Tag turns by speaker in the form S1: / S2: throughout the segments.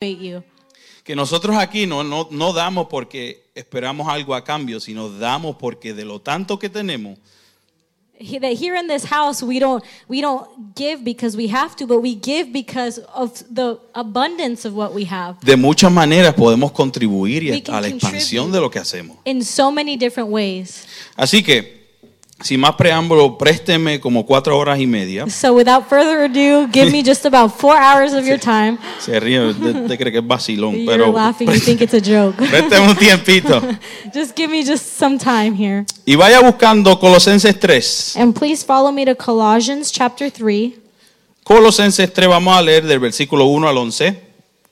S1: motivate you.
S2: Que nosotros aquí no, no, no damos porque esperamos algo a cambio, sino damos porque de lo tanto que tenemos,
S1: He- that here in this house we don't we don't give because we have to, but we give because of the abundance of what we have
S2: de muchas maneras podemos contribuir y
S1: We can
S2: a la expansión
S1: contribute.
S2: de lo que hacemos.
S1: in so many different ways.
S2: Así que, sin más preámbulo, présteme como cuatro horas y media.
S1: So without further ado, give me just about four hours of your time.
S2: Se ríe, usted usted cree que es vacilón,
S1: You're
S2: pero
S1: laughing, you think it's a joke.
S2: présteme un tiempito.
S1: just give me just some time here.
S2: Y vaya buscando Colosenses 3.
S1: And please follow me to Colossians chapter 3.
S2: Colosenses 3 vamos a leer del versículo 1 al 11.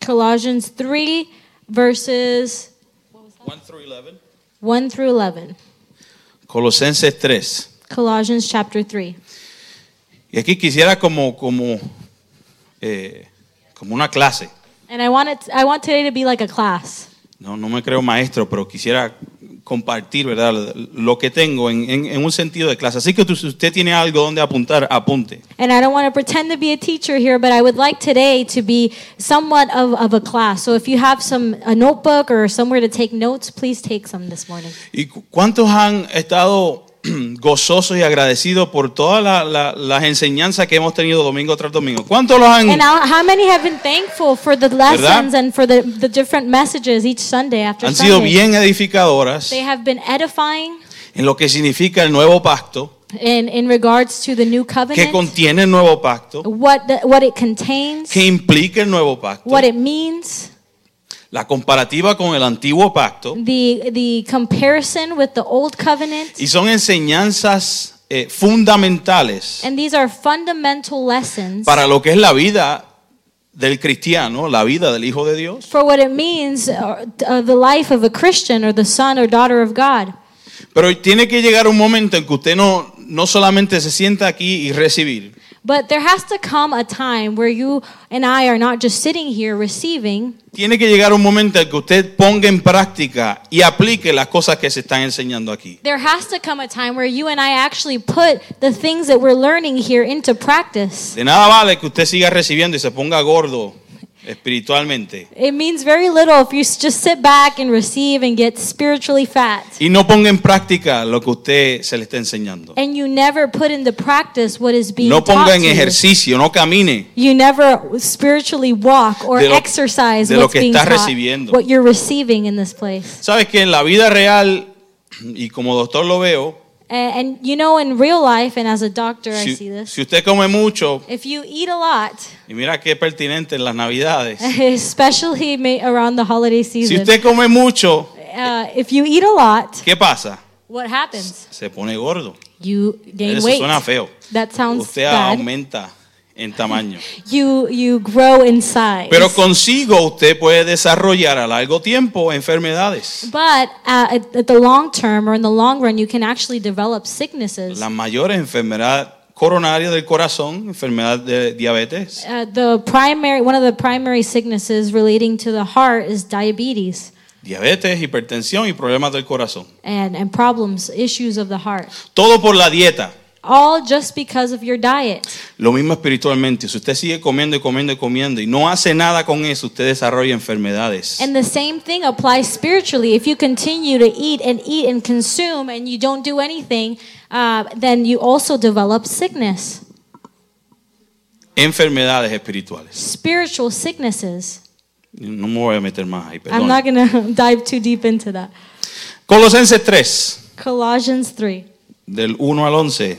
S1: Colossians 3, verses 1 through 11.
S2: Colosenses 3.
S1: Colossians chapter 3.
S2: Y aquí quisiera como, como, eh, como una clase.
S1: And I want, it, I want today to be like a class.
S2: No, no me creo maestro, pero quisiera compartir ¿verdad? lo que tengo en, en- en un sentido de clase. Así que tú- si usted tiene algo donde apuntar, apunte.
S1: And I don't want to pretend to be a teacher here, but I would like today to be somewhat of, of a class. So if you have some a notebook or somewhere to take notes, please take some this morning.
S2: ¿Y cu- cuántos han estado gozosos y agradecidos por todas la- la- las enseñanzas que hemos tenido domingo tras domingo? ¿Cuántos los han...
S1: And how, how many have been thankful for the lessons and for the, the different messages each Sunday after
S2: han sido
S1: Sunday?
S2: bien edificadoras
S1: They have been edifying
S2: en lo que significa el nuevo pacto,
S1: in, in regards to the new
S2: que
S1: covenant,
S2: contiene el nuevo pacto,
S1: what, the, what it contains,
S2: que implica el nuevo pacto,
S1: what it means,
S2: la comparativa con el antiguo pacto,
S1: the, the comparison with the old covenant.
S2: y son enseñanzas eh, fundamentales
S1: And these are fundamental lessons
S2: para lo que es la vida del cristiano, la vida del Hijo de Dios.
S1: for what it means uh, uh, the life of a Christian or the son or daughter of God.
S2: Pero tiene que llegar un momento en que usted no, no solamente se sienta aquí y recibir,
S1: But there has to come a time where you and I are not just sitting here receiving,
S2: tiene que llegar un momento en que usted ponga en práctica y aplique las cosas que se están enseñando aquí.
S1: There has to come a time where you and I actually put the things that we're learning here into practice.
S2: De nada vale que usted siga recibiendo y se ponga gordo espiritualmente
S1: It means very little if you s- just sit back and receive and get spiritually fat
S2: y no ponga en práctica lo que usted se le está enseñando.
S1: and you never put into practice what is being
S2: No
S1: taught
S2: ponga en
S1: to you.
S2: ejercicio, no camine.
S1: You never spiritually walk or
S2: De lo-
S1: exercise
S2: de lo
S1: what's
S2: que
S1: being
S2: estás
S1: taught,
S2: recibiendo.
S1: what you're receiving in this place.
S2: Sabes que en la vida real, y como doctor lo veo,
S1: And, and you know, in real life, and as a doctor, I see
S2: si,
S1: this.
S2: si usted come mucho,
S1: if you eat a lot,
S2: y mira qué pertinente en las navidades,
S1: especially ma- around the holiday
S2: si
S1: season,
S2: usted come mucho,
S1: uh, if you eat a lot,
S2: ¿qué pasa?
S1: What happens?
S2: Se pone gordo.
S1: You gain
S2: Eso
S1: weight.
S2: suena feo.
S1: That sounds
S2: Usted
S1: bad.
S2: aumenta en tamaño.
S1: You you grow in size.
S2: Pero consigo usted puede desarrollar a largo tiempo enfermedades.
S1: but uh, at, at the long term or in the long run, you can actually develop sicknesses.
S2: Las mayores enfermedades coronarias del corazón, enfermedad de diabetes,
S1: Uh, the primary one of the primary sicknesses relating to the heart is diabetes
S2: diabetes, hipertensión y problemas del corazón.
S1: and and problems issues of the heart.
S2: Todo por la dieta.
S1: All just because of your diet.
S2: Lo mismo espiritualmente. Si usted sigue comiendo y comiendo y comiendo y no hace nada con eso, usted desarrolla enfermedades.
S1: And the same thing applies spiritually. If you continue to eat and eat and consume and you don't do anything, uh, then you also develop sickness,
S2: Enfermedades espirituales.
S1: spiritual sicknesses.
S2: No me voy a meter más ahí,
S1: I'm
S2: perdón.
S1: not going to dive too deep into that.
S2: Colosenses 3,
S1: Colossians 3
S2: del 1 al 11,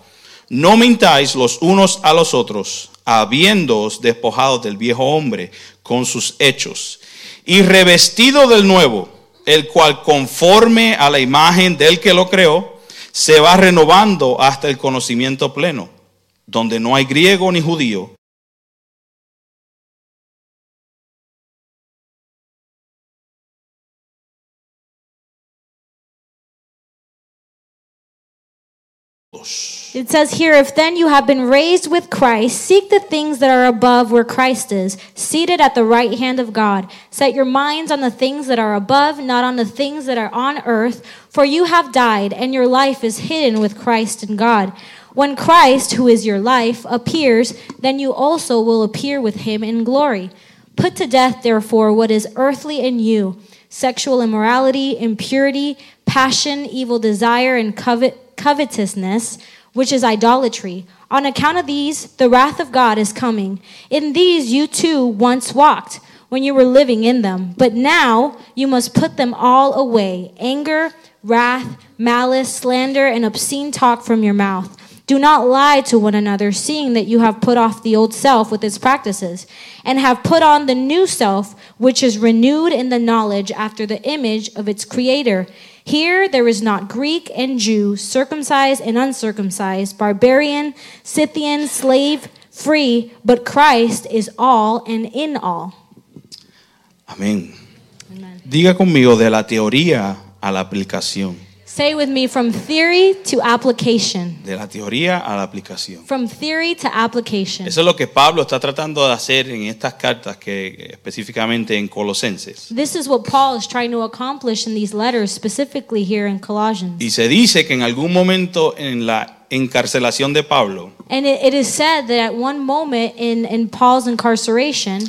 S2: No mintáis los unos a los otros, habiéndoos despojado del viejo hombre con sus hechos, y revestido del nuevo, el cual conforme a la imagen del que lo creó, se va renovando hasta el conocimiento pleno, donde no hay griego ni judío.
S1: It says here, if then you have been raised with Christ, seek the things that are above where Christ is, seated at the right hand of God. Set your minds on the things that are above, not on the things that are on earth, for you have died, and your life is hidden with Christ in God. When Christ, who is your life, appears, then you also will appear with him in glory. Put to death, therefore, what is earthly in you sexual immorality, impurity, passion, evil desire, and covet, covetousness which is idolatry. On account of these, the wrath of God is coming. In these you too once walked when you were living in them, but now you must put them all away anger, wrath, malice, slander, and obscene talk from your mouth. Do not lie to one another, seeing that you have put off the old self with its practices, and have put on the new self, which is renewed in the knowledge after the image of its creator. Here there is not Greek and Jew, circumcised and uncircumcised, barbarian, Scythian, slave, free, but Christ is all and in all.
S2: Amén. Diga conmigo de la teoría a la aplicación.
S1: Say with me from theory to application.
S2: De la teoría a la aplicación.
S1: From theory to application.
S2: Eso es lo que Pablo está tratando de hacer en estas cartas que específicamente en Colosenses.
S1: This is what Paul is trying to accomplish in these letters, specifically here in Colossians.
S2: Y se dice que en algún momento en la encarcelación de Pablo,
S1: And it, it is said that at one moment in, in Paul's incarceration,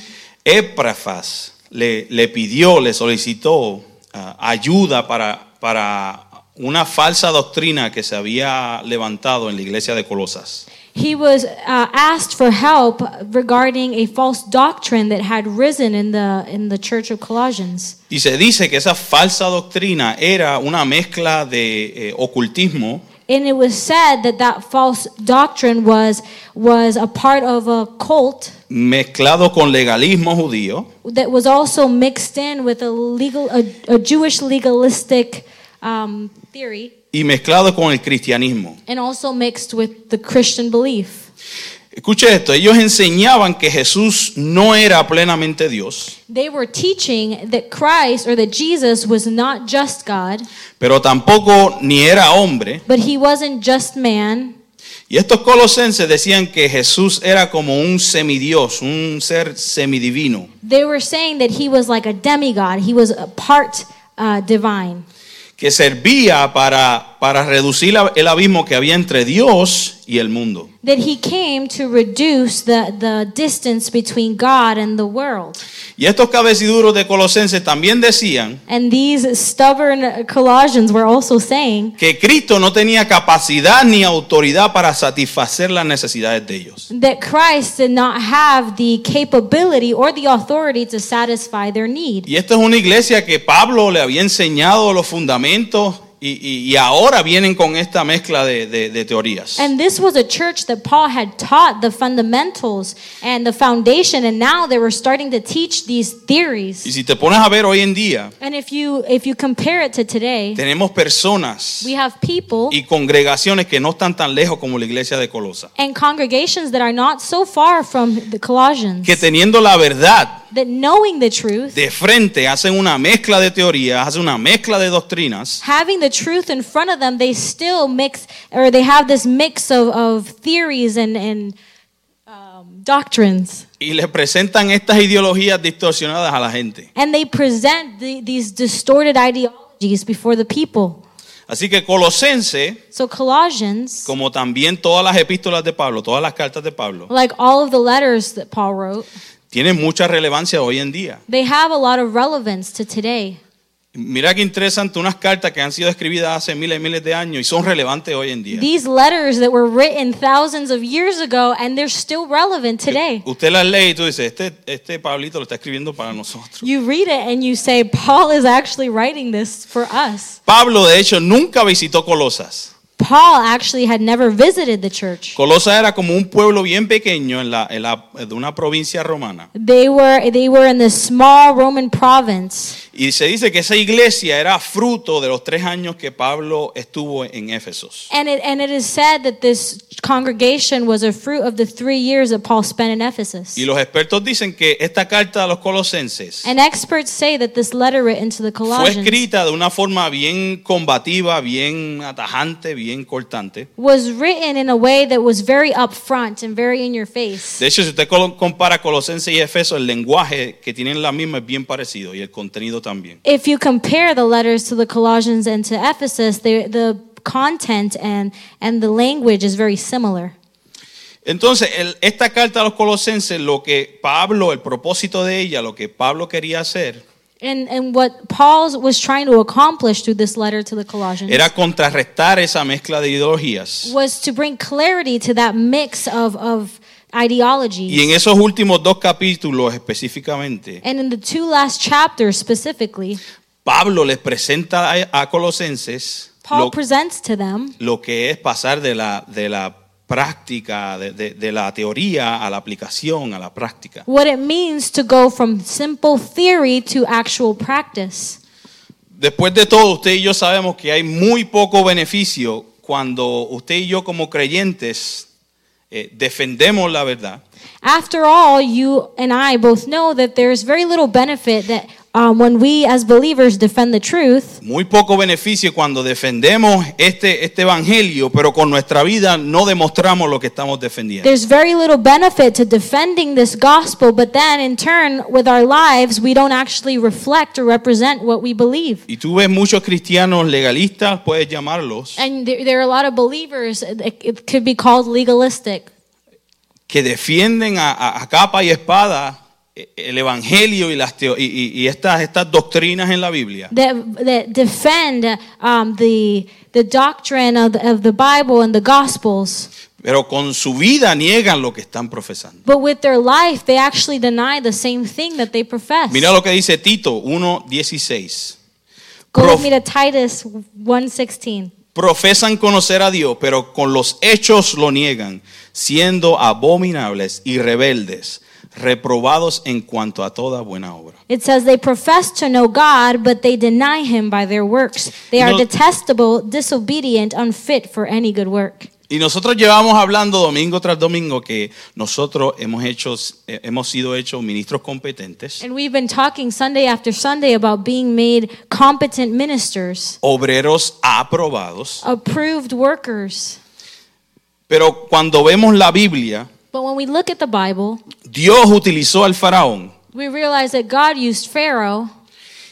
S2: Éprafas le, le pidió, le solicitó ah, ayuda para, para una falsa doctrina que se había levantado en la iglesia de Colosas.
S1: he was uh, asked for help regarding a false doctrine that had risen in the, in the church of Colossians.
S2: Y se dice que esa falsa doctrina era una mezcla de eh, ocultismo
S1: And it was said that that false doctrine was, was a part of a cult
S2: mezclado con legalismo judío
S1: that was also mixed in with a, legal, a, a Jewish legalistic um, theory
S2: y mezclado con el cristianismo.
S1: and also mixed with the Christian belief.
S2: Escuche esto, ellos enseñaban que Jesús no era plenamente Dios,
S1: They were teaching that Christ or that Jesus was not just God,
S2: pero tampoco ni era hombre.
S1: but he wasn't just man.
S2: Y estos colosenses decían que Jesús era como un semidios, un ser semidivino,
S1: They were saying that he was like a demigod, he was a part uh, divine.
S2: que servía para, para reducir la- el abismo que había entre Dios y el mundo.
S1: That he came to reduce the, the distance between God and the world.
S2: Y estos cabeciduros de Colosenses también decían
S1: And these stubborn Colossians were also saying
S2: que Cristo no tenía capacidad ni autoridad para satisfacer las necesidades de ellos.
S1: that Christ did not have the capability or the authority to satisfy their need.
S2: Y esto es una iglesia que Pablo le había enseñado los fundamentos y, y- y ahora vienen con esta mezcla de, de- de teorías.
S1: And this was a church that Paul had taught the fundamentals and the foundation, and now they were starting to teach these
S2: Y
S1: theories.
S2: si te pones a ver hoy en día,
S1: And if you if you compare it to today,
S2: tenemos personas
S1: we have people
S2: y congregaciones que no están tan lejos como la iglesia de Colosa,
S1: and congregations that are not so far from the Colossians
S2: que teniendo la verdad
S1: that knowing the truth,
S2: de frente hacen una mezcla de teorías, hacen una mezcla de doctrinas
S1: having the truth in front of them, they still mix or they have this mix of, of theories and, and um, doctrines.
S2: y le presentan estas ideologías distorsionadas a la gente.
S1: And they present the, these distorted ideologies before the people.
S2: Así que Colosense,
S1: So, Colossians,
S2: como también todas las epístolas de Pablo, todas las cartas de Pablo,
S1: like all of the letters that Paul wrote,
S2: tienen mucha relevancia hoy en día.
S1: they have a lot of relevance to today.
S2: Mira que interesante unas cartas que han sido escritas hace miles y miles de años y son relevantes hoy en día.
S1: These letters that were written thousands of years ago and they're still relevant today.
S2: Usted las lee y tú dices, este, este Pablito lo está escribiendo para nosotros.
S1: You read it and you say, Paul is actually writing this for us.
S2: Pablo, de hecho, nunca visitó Colosas.
S1: Paul actually had never visited the church.
S2: Colosas era como un pueblo bien pequeño en la, en la- de una provincia romana.
S1: They were they were in this small Roman province,
S2: Y se dice que esa iglesia era fruto de los tres años que Pablo estuvo en Éfesos.
S1: and it and it is said that this congregation was a fruit of the three years that Paul spent in Ephesus.
S2: Y los expertos dicen que esta carta a los colosenses
S1: And experts say that this letter written to the
S2: fue
S1: Colossians
S2: escrita de una forma bien combativa, bien atajante, bien cortante.
S1: was written in a way that was very upfront and very in your face.
S2: De hecho, si usted colo- compara Colosenses y Efeso, el lenguaje que tienen la misma es bien parecido y el contenido también.
S1: If you compare the letters to the Colossians and to Ephesus, the the content and and the language is very similar.
S2: Entonces, el- esta carta a los colosenses, lo que Pablo, el propósito de ella, lo que Pablo quería hacer,
S1: And and what Paul was trying to accomplish through this letter to the Colossians
S2: era contrarrestar esa mezcla de ideologías.
S1: was to bring clarity to that mix of of ideologies.
S2: Y en esos últimos dos capítulos específicamente,
S1: and in the two last chapters specifically,
S2: Pablo les presenta a, a colosenses
S1: Paul
S2: lo,
S1: presents to them
S2: lo que es pasar de la, de la práctica, de- de- de la teoría a la aplicación, a la práctica.
S1: what it means to go from simple theory to actual practice.
S2: Después de todo, usted y yo sabemos que hay muy poco beneficio cuando usted y yo como creyentes eh, defendemos la verdad,
S1: After all, you and I both know that there's very little benefit that um, when we as believers defend the truth,
S2: muy poco beneficio cuando defendemos este, este evangelio, pero con nuestra vida no demostramos lo que estamos defendiendo.
S1: there's very little benefit to defending this gospel, but then in turn, with our lives, we don't actually reflect or represent what we believe.
S2: Y tú ves muchos cristianos legalistas, puedes llamarlos,
S1: And there, there are a lot of believers, it, it could be called legalistic,
S2: que defienden a, a- a capa y espada eh, el evangelio y, las teo- y- y- y estas, estas doctrinas en la Biblia.
S1: that, that defend um, the, the doctrine of the, of the Bible and the gospels,
S2: Pero con su vida niegan lo que están profesando.
S1: but with their life, they actually deny the same thing that they profess.
S2: Mira lo que dice Tito 1.16.
S1: Go
S2: prof-
S1: with me to Titus 1.16.
S2: Profesan conocer a Dios, pero con los hechos lo niegan, siendo abominables y rebeldes, reprobados en cuanto a toda buena obra.
S1: It says they profess to know God, but they deny him by their works. They
S2: You
S1: are
S2: know-
S1: detestable, disobedient, unfit for any good work.
S2: Y nosotros llevamos hablando domingo tras domingo que nosotros hemos, hecho, eh, hemos sido hechos ministros competentes,
S1: And we've been talking Sunday after Sunday about being made competent ministers,
S2: obreros aprobados,
S1: approved workers.
S2: pero cuando vemos la Biblia,
S1: But when we look at the Bible,
S2: Dios utilizó al faraón.
S1: we realize that God used Pharaoh,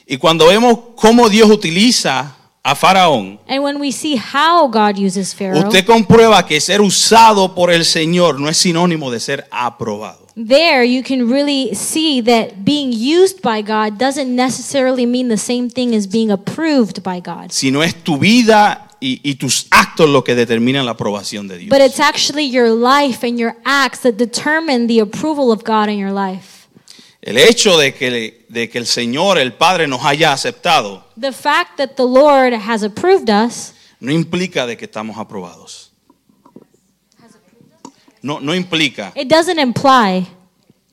S2: Y cuando vemos cómo Dios utiliza a faraón,
S1: and when we see how God uses Pharaoh,
S2: Usted comprueba que ser usado por el Señor no es sinónimo de ser aprobado.
S1: there you can really see that being used by God doesn't necessarily mean the same thing as being approved by God.
S2: Sino es tu vida y, y tus actos lo que determinan la aprobación de Dios.
S1: But it's actually your life and your acts that determine the approval of God in your life.
S2: El hecho de que, de que el Señor, el Padre, nos haya aceptado
S1: The fact that the Lord has approved us
S2: no implica de que estamos aprobados. No, no implica
S1: It doesn't imply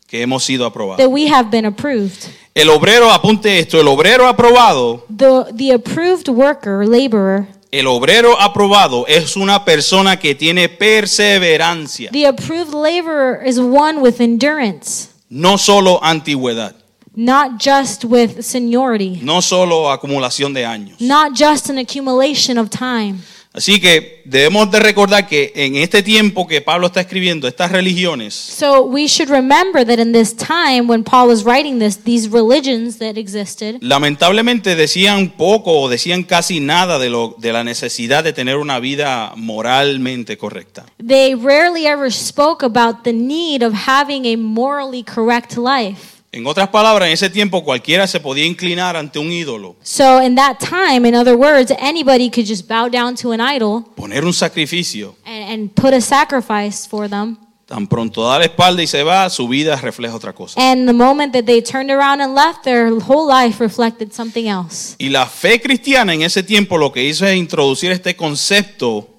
S2: que hemos sido aprobados.
S1: that we have been approved.
S2: El obrero, apunte esto, el obrero aprobado,
S1: The, the approved worker, laborer,
S2: el obrero aprobado es una persona que tiene perseverancia,
S1: the approved laborer is one with endurance,
S2: no solo antigüedad.
S1: not just with seniority,
S2: no solo acumulación de años.
S1: not just an accumulation of time.
S2: Así que debemos de recordar que en este tiempo que Pablo está escribiendo, estas religiones
S1: So we should remember that in this time when Paul was writing this, these religions that existed,
S2: lamentablemente decían poco o decían casi nada de, lo, de la necesidad de tener una vida moralmente correcta.
S1: they rarely ever spoke about the need of having a morally correct life.
S2: En otras palabras, en ese tiempo cualquiera se podía inclinar ante un ídolo,
S1: So in that time, in other words, anybody could just bow down to an idol
S2: poner un sacrificio,
S1: and, and put a sacrifice for them.
S2: tan pronto da la espalda y se va, su vida refleja otra cosa.
S1: And the moment that they turned around and left, their whole life reflected something else.
S2: Y la fe cristiana en ese tiempo lo que hizo es introducir este concepto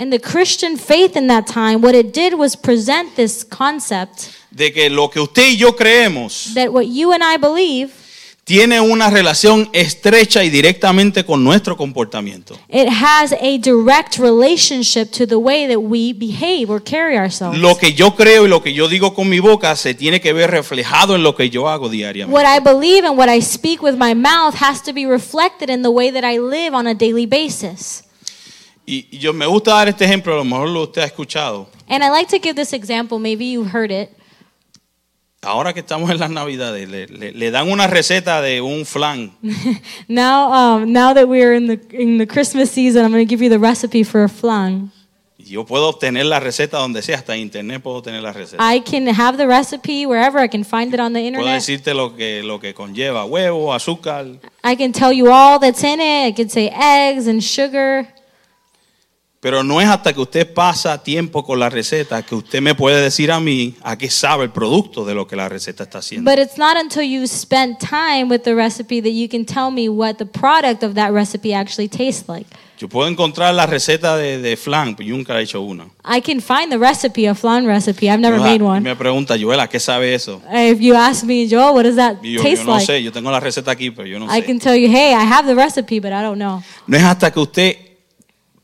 S1: And the Christian faith in that time, what it did was present this concept
S2: de que lo que usted y yo creemos
S1: that what you and I believe,
S2: tiene una relación estrecha y directamente con nuestro comportamiento.
S1: it has a direct relationship to the way that we behave or carry ourselves.
S2: Lo que yo creo y lo que yo digo con mi boca se tiene que ver reflejado en lo que yo hago diariamente.
S1: What I believe and what I speak with my mouth has to be reflected in the way that I live on a daily basis.
S2: Y y yo me gusta dar este ejemplo, a lo mejor lo usted ha escuchado.
S1: And I like to give this example, maybe you heard it.
S2: Ahora que estamos en las navidades, le, le- le dan una receta de un flan.
S1: Now, um, now that we're in the in the Christmas season, I'm going to give you the recipe for a flan.
S2: Y Yo puedo obtener la receta donde sea, hasta en internet puedo obtener la receta.
S1: I can have the recipe wherever I can find it on the
S2: Puedo
S1: internet.
S2: decirte lo que, lo que conlleva, huevo, azúcar.
S1: I can tell you all that's in it. I can say eggs and sugar.
S2: Pero no es hasta que usted pasa tiempo con la receta que usted me puede decir a mí a qué sabe el producto de lo que la receta está haciendo.
S1: But it's not until you spend time with the recipe that you can tell me what the product of that recipe actually tastes like.
S2: Yo puedo encontrar la receta de, de flan, pues yo nunca he hecho una.
S1: I can find the recipe, a flan recipe. I've never
S2: Yo, ah,
S1: made
S2: y
S1: one.
S2: me pregunta, Joel, ¿a qué sabe eso?
S1: If you ask me, Joel, what does that
S2: Y yo, yo
S1: taste
S2: no
S1: like?
S2: sé, yo tengo la receta aquí, pero yo no
S1: I
S2: sé.
S1: can tell you, hey, I have the recipe, but I don't know.
S2: No es hasta que usted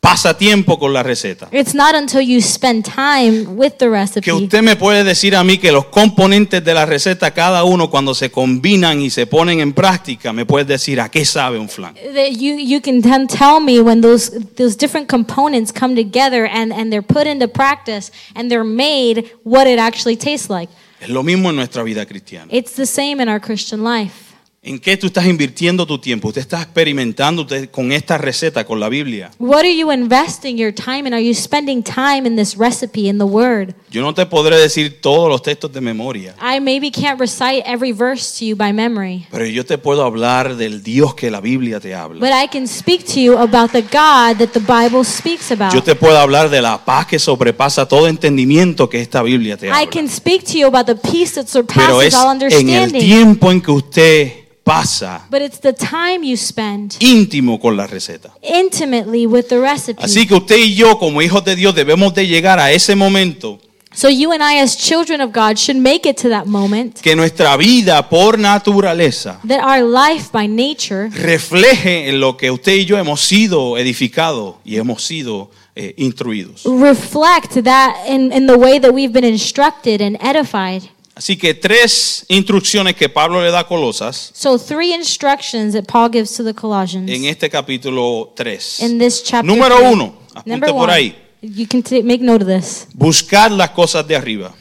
S2: pasa tiempo con la receta
S1: It's not until you spend time with the recipe
S2: que usted me puede decir a mí que los componentes de la receta, cada uno cuando se combinan y se ponen en práctica, me puede decir a qué sabe un flan.
S1: that you, you can then tell me when those those different components come together and, and they're put into practice and they're made what it actually tastes like.
S2: Es lo mismo en nuestra vida cristiana.
S1: It's the same in our Christian life.
S2: ¿En qué tú estás invirtiendo tu tiempo? Usted está experimentando usted, con esta receta, con la Biblia.
S1: What are you investing your time in? Are you spending time in this recipe in the word?
S2: Yo no te podré decir todos los textos de memoria,
S1: I maybe can't recite every verse to you by memory,
S2: pero yo te puedo hablar del Dios que la Biblia te habla.
S1: but I can speak to you about the God that the Bible speaks about.
S2: Yo te puedo hablar de la paz que sobrepasa todo entendimiento que esta Biblia te
S1: I
S2: habla.
S1: can speak to you about the peace that
S2: Pero
S1: surpasses
S2: es
S1: all
S2: en el
S1: understanding.
S2: tiempo en que usted pasa
S1: But it's the time you spend
S2: íntimo con la receta.
S1: intimately with the recipe.
S2: Así que usted y yo, como hijos de Dios, debemos de llegar a ese momento
S1: so you and I as children of God should make it to that moment
S2: que nuestra vida por naturaleza
S1: that our life by nature
S2: refleje en lo que usted y yo hemos sido edificados y hemos sido eh, instruidos.
S1: reflect that in, in the way that we've been instructed and edified.
S2: Así que tres instrucciones que Pablo le da a Colosas
S1: So three instructions that Paul gives to the Colossians
S2: en este capítulo 3.
S1: in this chapter.
S2: Número
S1: three.
S2: uno, apunte
S1: Number
S2: por
S1: one.
S2: ahí.
S1: You can t- make note of this.
S2: Buscar las cosas de arriba.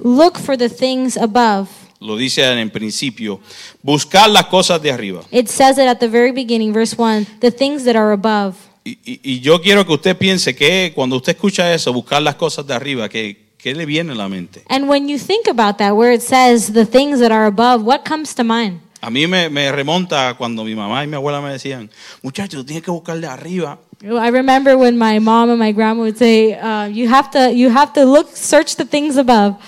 S1: Look for the things above.
S2: Lo dice en el principio. Buscar las cosas de arriba.
S1: It says it at the very beginning, verse 1, the things that are above.
S2: Y, y- y yo quiero que usted piense que cuando usted escucha eso, buscar las cosas de arriba, que, ¿qué le viene a la mente?
S1: And when you think about that, where it says the things that are above, what comes to mind?
S2: A mí me, me remonta a cuando mi mamá y mi abuela me decían, muchachos, tú tienes que buscar de arriba.
S1: I remember when my mom and my grandma would say, uh, "You have to, you have to look, search the things above."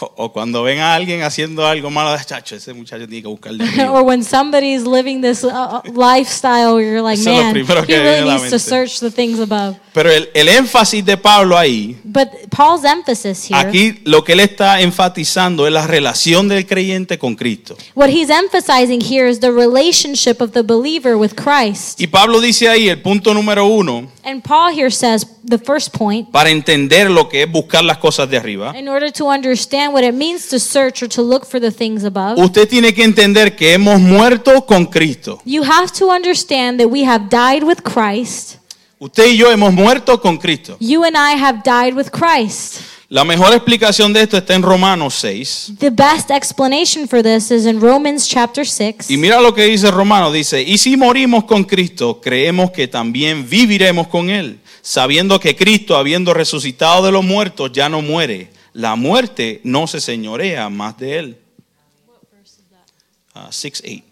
S2: O, o cuando ven a alguien haciendo algo malo, "Ah, chacho, ese muchacho tiene que buscar de arriba.
S1: or when somebody's living this uh, uh, lifestyle, where you're like,
S2: Eso es lo
S1: "Man, he
S2: primero que viene a
S1: really
S2: la
S1: needs
S2: mente."
S1: to search the things above."
S2: Pero el, el énfasis de Pablo ahí,
S1: But Paul's emphasis here,
S2: aquí lo que él está enfatizando es la relación del creyente con Cristo.
S1: what he's emphasizing here, is the relationship of the believer with Christ.
S2: Y Pablo dice ahí, el punto número uno,
S1: And Paul here says the first point.
S2: para entender lo que es buscar las cosas de arriba,
S1: In order to understand what it means to search or to look for the things above,
S2: usted tiene que entender que hemos muerto con Cristo.
S1: you have to understand that we have died with Christ.
S2: Usted y yo hemos muerto con Cristo.
S1: You and I have died with Christ.
S2: La mejor explicación de esto está en Romanos 6.
S1: The best explanation for this is in Romans chapter 6.
S2: Y mira lo que dice Romanos, dice, y si morimos con Cristo, creemos que también viviremos con Él, sabiendo que Cristo, habiendo resucitado de los muertos, ya no muere. La muerte no se señorea más de Él. uh, 6 8.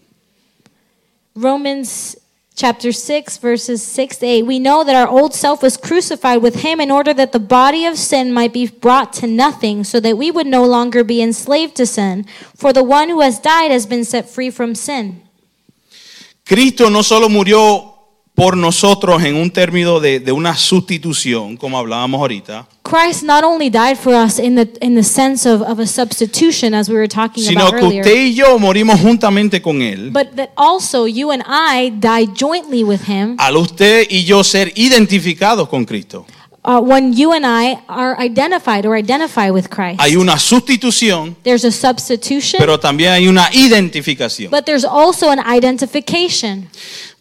S1: Romans chapter 6, verses 6 to 8. We know that our old self was crucified with him in order that the body of sin might be brought to nothing, so that we would no longer be enslaved to sin. For the one who has died has been set free from sin.
S2: Cristo no solo murió por nosotros en un término de, de una sustitución, como hablábamos ahorita,
S1: Christ not only died for us in the, in the sense of, of a substitution, as we were talking
S2: sino
S1: about
S2: que
S1: earlier,
S2: usted y yo morimos juntamente con Él.
S1: but that also you and I died jointly with him.
S2: Al usted y yo ser identificados con Cristo.
S1: uh, when you and I are identified or identify with Christ.
S2: Hay una sustitución,
S1: there's a substitution,
S2: pero también hay una identificación.
S1: but there's also an identification.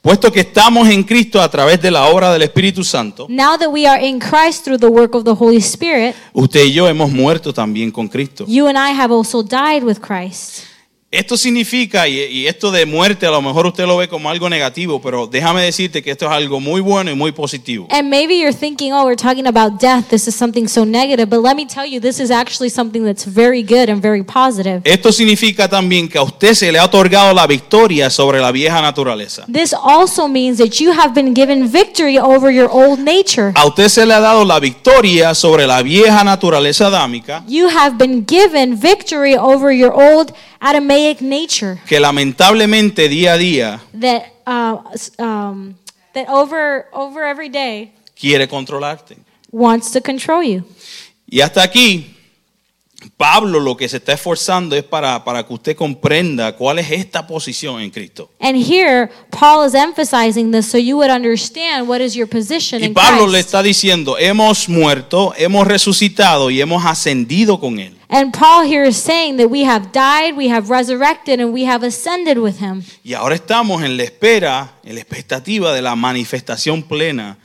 S2: Puesto que estamos en Cristo a través de la obra del Espíritu Santo,
S1: Now that we are in Christ through the work of the Holy Spirit,
S2: usted y yo hemos muerto también con Cristo.
S1: you and I have also died with Christ.
S2: Esto significa, y, y esto de muerte a lo mejor usted lo ve como algo negativo, pero déjame decirte que esto es algo muy bueno y muy positivo.
S1: And maybe you're thinking, oh, we're talking about death. This is something so negative. But let me tell you, this is actually something that's very good and very positive.
S2: Esto significa también que a usted se le ha otorgado la victoria sobre la vieja naturaleza.
S1: This also means that you have been given victory over your old nature.
S2: A usted se le ha dado la victoria sobre la vieja naturaleza adámica,
S1: You have been given victory over your old Adamaic nature.
S2: que lamentablemente día a día
S1: that uh, s- um, that over over every day
S2: quiere controlarte.
S1: wants to control you.
S2: Y hasta aquí, Pablo lo que se está esforzando es para, para que usted comprenda cuál es esta posición en Cristo.
S1: And here Paul is emphasizing this so you would understand what is your position
S2: Y
S1: in
S2: Pablo le
S1: Christ.
S2: está diciendo, hemos muerto, hemos resucitado y hemos ascendido con Él.
S1: And Paul here is saying that we have died, we have resurrected, and we have ascended with him.
S2: Y ahora estamos en la espera, en la expectativa de la manifestación plena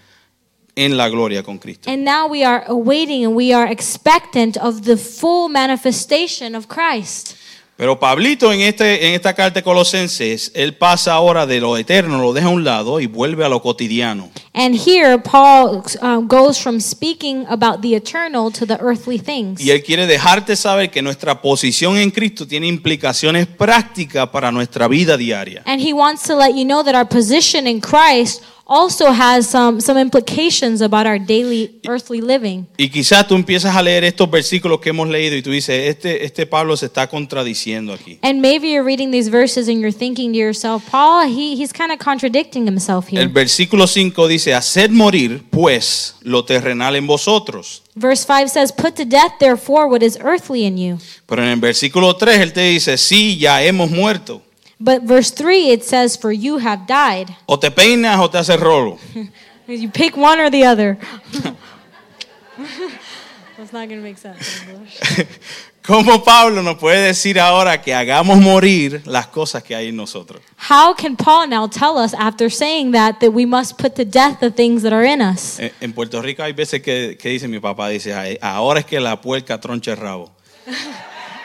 S2: en la gloria con Cristo.
S1: And now we are awaiting and we are expectant of the full manifestation of Christ.
S2: Pero Pablito en, este, en esta carta de Colosenses, él pasa ahora de lo eterno, lo deja a un lado y vuelve a lo cotidiano.
S1: And here Paul uh, goes from speaking about the eternal to the earthly things.
S2: Y él quiere dejarte saber que nuestra posición en Cristo tiene implicaciones prácticas para nuestra vida diaria.
S1: And he wants to let you know that our position in Christ also has some, some implications about our daily earthly living.
S2: Y quizás tú empiezas a leer estos versículos que hemos leído y tú dices, este, este Pablo se está contradiciendo aquí.
S1: And maybe you're reading these verses and you're thinking to yourself, Paul, he, he's kind of contradicting himself
S2: El
S1: here.
S2: versículo 5 dice, haced morir pues lo terrenal en vosotros.
S1: Verse 5 says, Put to death, therefore, what is earthly in you.
S2: Pero en el versículo 3 él te dice, sí, ya hemos muerto.
S1: But verse 3, it says, For you have died.
S2: O te peinas o te haces rolo.
S1: You pick one or the other. That's not going to make sense. in English.
S2: ¿Cómo Pablo nos puede decir ahora que hagamos morir las cosas que hay en nosotros?
S1: How can Paul now tell us, after saying that, that we must put to death the things that are in us?
S2: En en Puerto Rico hay veces que, que dice mi papá, dice, "Ay, ahora es que la puerca troncha el rabo.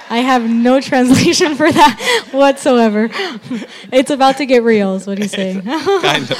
S1: I have no translation for that whatsoever. It's about to get real, is what he's saying.
S2: Kind of.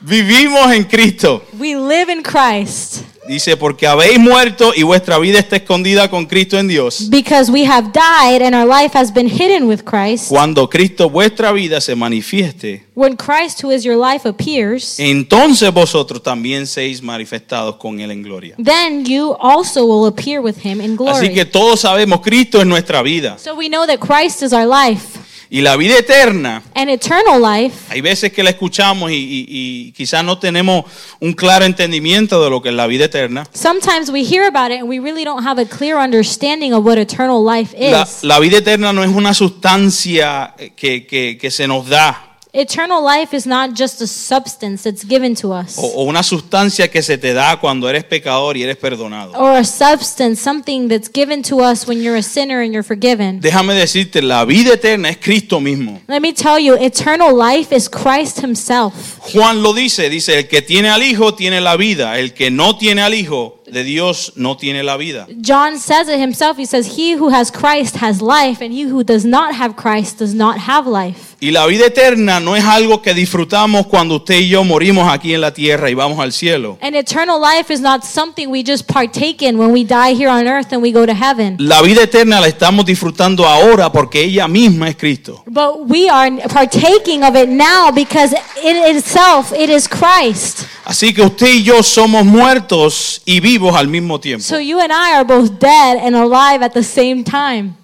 S2: Vivimos en Cristo.
S1: we live in Christ
S2: Dice, porque habéis muerto y vuestra vida está escondida con Cristo en Dios.
S1: because we have died and our life has been hidden with Christ.
S2: Cuando Cristo vuestra vida se manifieste,
S1: When Christ, who is your life, appears,
S2: entonces vosotros también seis manifestados con Él en gloria.
S1: then you also will appear with him in
S2: Así que
S1: glory.
S2: todos sabemos, Cristo es nuestra vida.
S1: So we know that Christ is our life
S2: Y la vida eterna
S1: and eternal life.
S2: Hay veces que la escuchamos y, y- y quizás no tenemos un claro entendimiento de lo que es la vida eterna.
S1: Sometimes we hear about it and we really don't have a clear understanding of what eternal life
S2: La,
S1: is.
S2: la vida eterna no es una sustancia que, que- que se nos da
S1: Eternal life is not just a substance that's given to us.
S2: o, o una sustancia que se te da cuando eres pecador y eres perdonado.
S1: or a substance, something that's given to us when you're a sinner and you're forgiven.
S2: Déjame decirte, la vida eterna es Cristo mismo.
S1: Let me tell you, eternal life is Christ Himself.
S2: Juan lo dice, dice, el que tiene al Hijo tiene la vida, el que no tiene al Hijo de Dios no tiene la vida.
S1: John says it himself. He says, He who has Christ has life, and he who does not have Christ does not have life.
S2: Y la vida eterna no es algo que disfrutamos cuando usted y yo morimos aquí en la tierra y vamos al cielo.
S1: And eternal life is not something we just partake in when we die here on earth and we go to heaven.
S2: La vida eterna la estamos disfrutando ahora porque ella misma es Cristo.
S1: But we are partaking of it now because in itself it is Christ.
S2: Así que usted y yo somos muertos y vivos al mismo tiempo.
S1: So you and I are both dead and alive at the same time.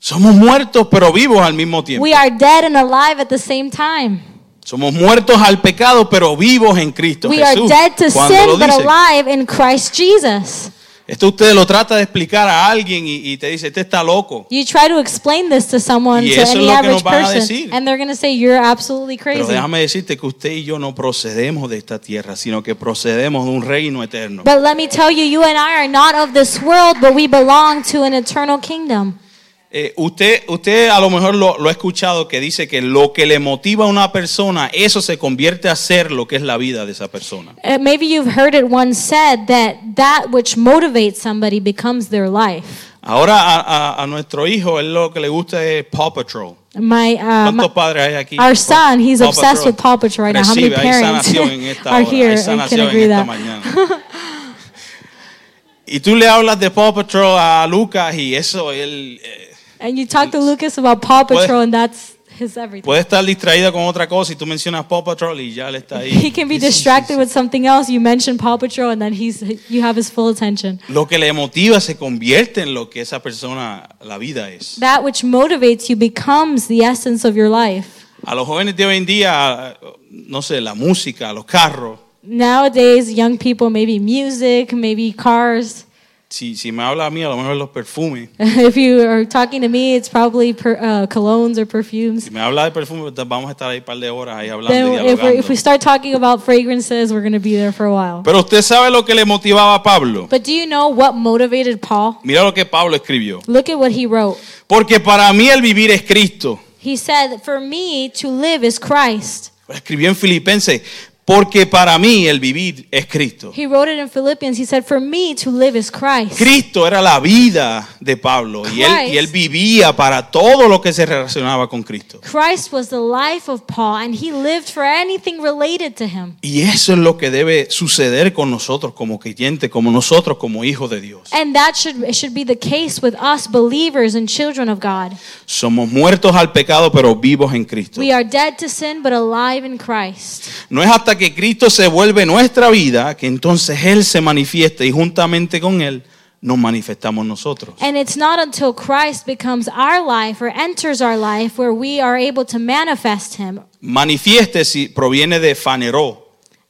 S2: Somos muertos pero vivos al mismo tiempo.
S1: We are dead and alive at the same time.
S2: Somos muertos al pecado pero vivos en Cristo
S1: We are
S2: Jesús.
S1: dead to
S2: cuando lo
S1: sin but
S2: dice.
S1: alive in Christ Jesus.
S2: Esto usted lo trata de explicar a alguien y, y te dice, este está loco.
S1: You try to explain this to someone,
S2: Y
S1: to
S2: eso es
S1: any
S2: lo que nos
S1: average
S2: van a
S1: person,
S2: decir.
S1: and they're going to say, You're absolutely
S2: Pero
S1: crazy.
S2: déjame decirte que usted y yo no procedemos de esta tierra, sino que procedemos de un reino eterno.
S1: But let me tell you, you and I are not of this world, but we belong to an eternal kingdom.
S2: Eh, usted, usted a lo mejor lo, lo ha escuchado que dice que lo que le motiva a una persona, eso se convierte a ser lo que es la vida de esa persona.
S1: Uh, maybe you've heard it once said that that which motivates somebody becomes their life.
S2: Ahora a, a- a nuestro hijo, él lo que le gusta es Paw Patrol.
S1: My, uh,
S2: ¿Cuántos
S1: my-
S2: padres hay aquí?
S1: our son, he's
S2: Paw
S1: obsessed with Paw Patrol right now. How many
S2: Recibe, hay
S1: parents
S2: sanación en esta
S1: are
S2: hora, hay
S1: here and
S2: sanación
S1: can
S2: en
S1: agree
S2: esta
S1: that?
S2: mañana. Y tú le hablas de Paw Patrol a Lucas y eso, él eh,
S1: And you talk to Lucas about Paw
S2: Puede-
S1: Patrol, and that's his everything.
S2: puede estar distraída con otra cosa y tú mencionas Paw Patrol y ya le está ahí.
S1: He can be
S2: Sí, sí, sí,
S1: distracted
S2: sí.
S1: with something else. You mention Paw Patrol, and then he's you have his full attention.
S2: Lo que le motiva se convierte en lo que esa persona, la vida es.
S1: That which motivates you becomes the essence of your life.
S2: A los jóvenes de hoy en día, no sé, la música, los carros.
S1: Nowadays, young people maybe music, maybe cars.
S2: Si, si me habla a mí, a lo mejor los perfumes.
S1: if you are talking to me, it's probably per, uh, colognes or perfumes.
S2: Si me habla de perfume, entonces vamos a estar ahí un par de horas ahí hablando y
S1: Then, if, we if we
S2: dialogando.
S1: start talking about fragrances, we're going to be there for a while.
S2: Pero usted sabe lo que le motivaba a Pablo.
S1: But do you know what motivated Paul?
S2: Mira lo que Pablo escribió.
S1: Look at what he wrote.
S2: Porque para mí el vivir es Cristo.
S1: He said, "For me to live is Christ."
S2: Lo escribió en Filipenses. Porque para mí el vivir es Cristo.
S1: He wrote it in Philippians. He said, For me to live is Christ.
S2: Cristo era la vida de Pablo y él, y él
S1: Christ.
S2: vivía para todo lo que se relacionaba con Cristo.
S1: Christ was the life of Paul, and he lived for anything related to him.
S2: Y eso es lo que debe suceder con nosotros como creyentes, como nosotros como hijos de Dios.
S1: And that should, it should be the case with us believers and children of God.
S2: Somos muertos al pecado, pero vivos en Cristo.
S1: We are dead to sin, but alive in Christ.
S2: No es hasta que Cristo se vuelve nuestra vida que entonces Él se manifiesta y juntamente con Él nos manifestamos nosotros.
S1: And it's not until Christ becomes our life or enters our life where we are able to manifest him.
S2: Manifieste si proviene de faneró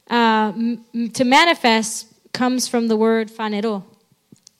S1: Uh, m- m- to manifest comes from the word phanero,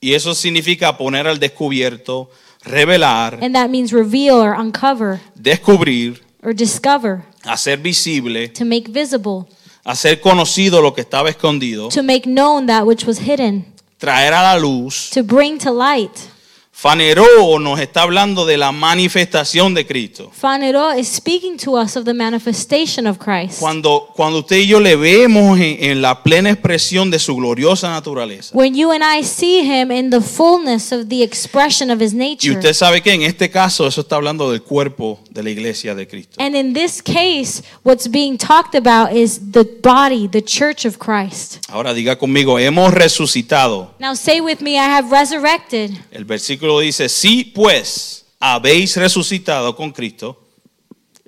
S2: y eso significa poner al descubierto, revelar,
S1: and that means reveal or uncover
S2: descubrir,
S1: or discover,
S2: hacer visible,
S1: to make visible.
S2: hacer conocido lo que estaba escondido,
S1: to make known that which was hidden,
S2: traer a la luz.
S1: to bring to light.
S2: Faneró nos está hablando de la manifestación de Cristo.
S1: Phanero is speaking to us of the manifestation of Christ.
S2: Cuando, cuando usted y yo le vemos en, en la plena expresión de su gloriosa naturaleza.
S1: When you and I see him in the fullness of the expression of his
S2: Y
S1: nature.
S2: usted sabe que en este caso eso está hablando del cuerpo de la iglesia de Cristo.
S1: And in this case, what's being talked about is the body, the church of Christ.
S2: Ahora diga conmigo, hemos resucitado.
S1: Now say with me, I have resurrected.
S2: El versículo dice, sí pues habéis resucitado con Cristo,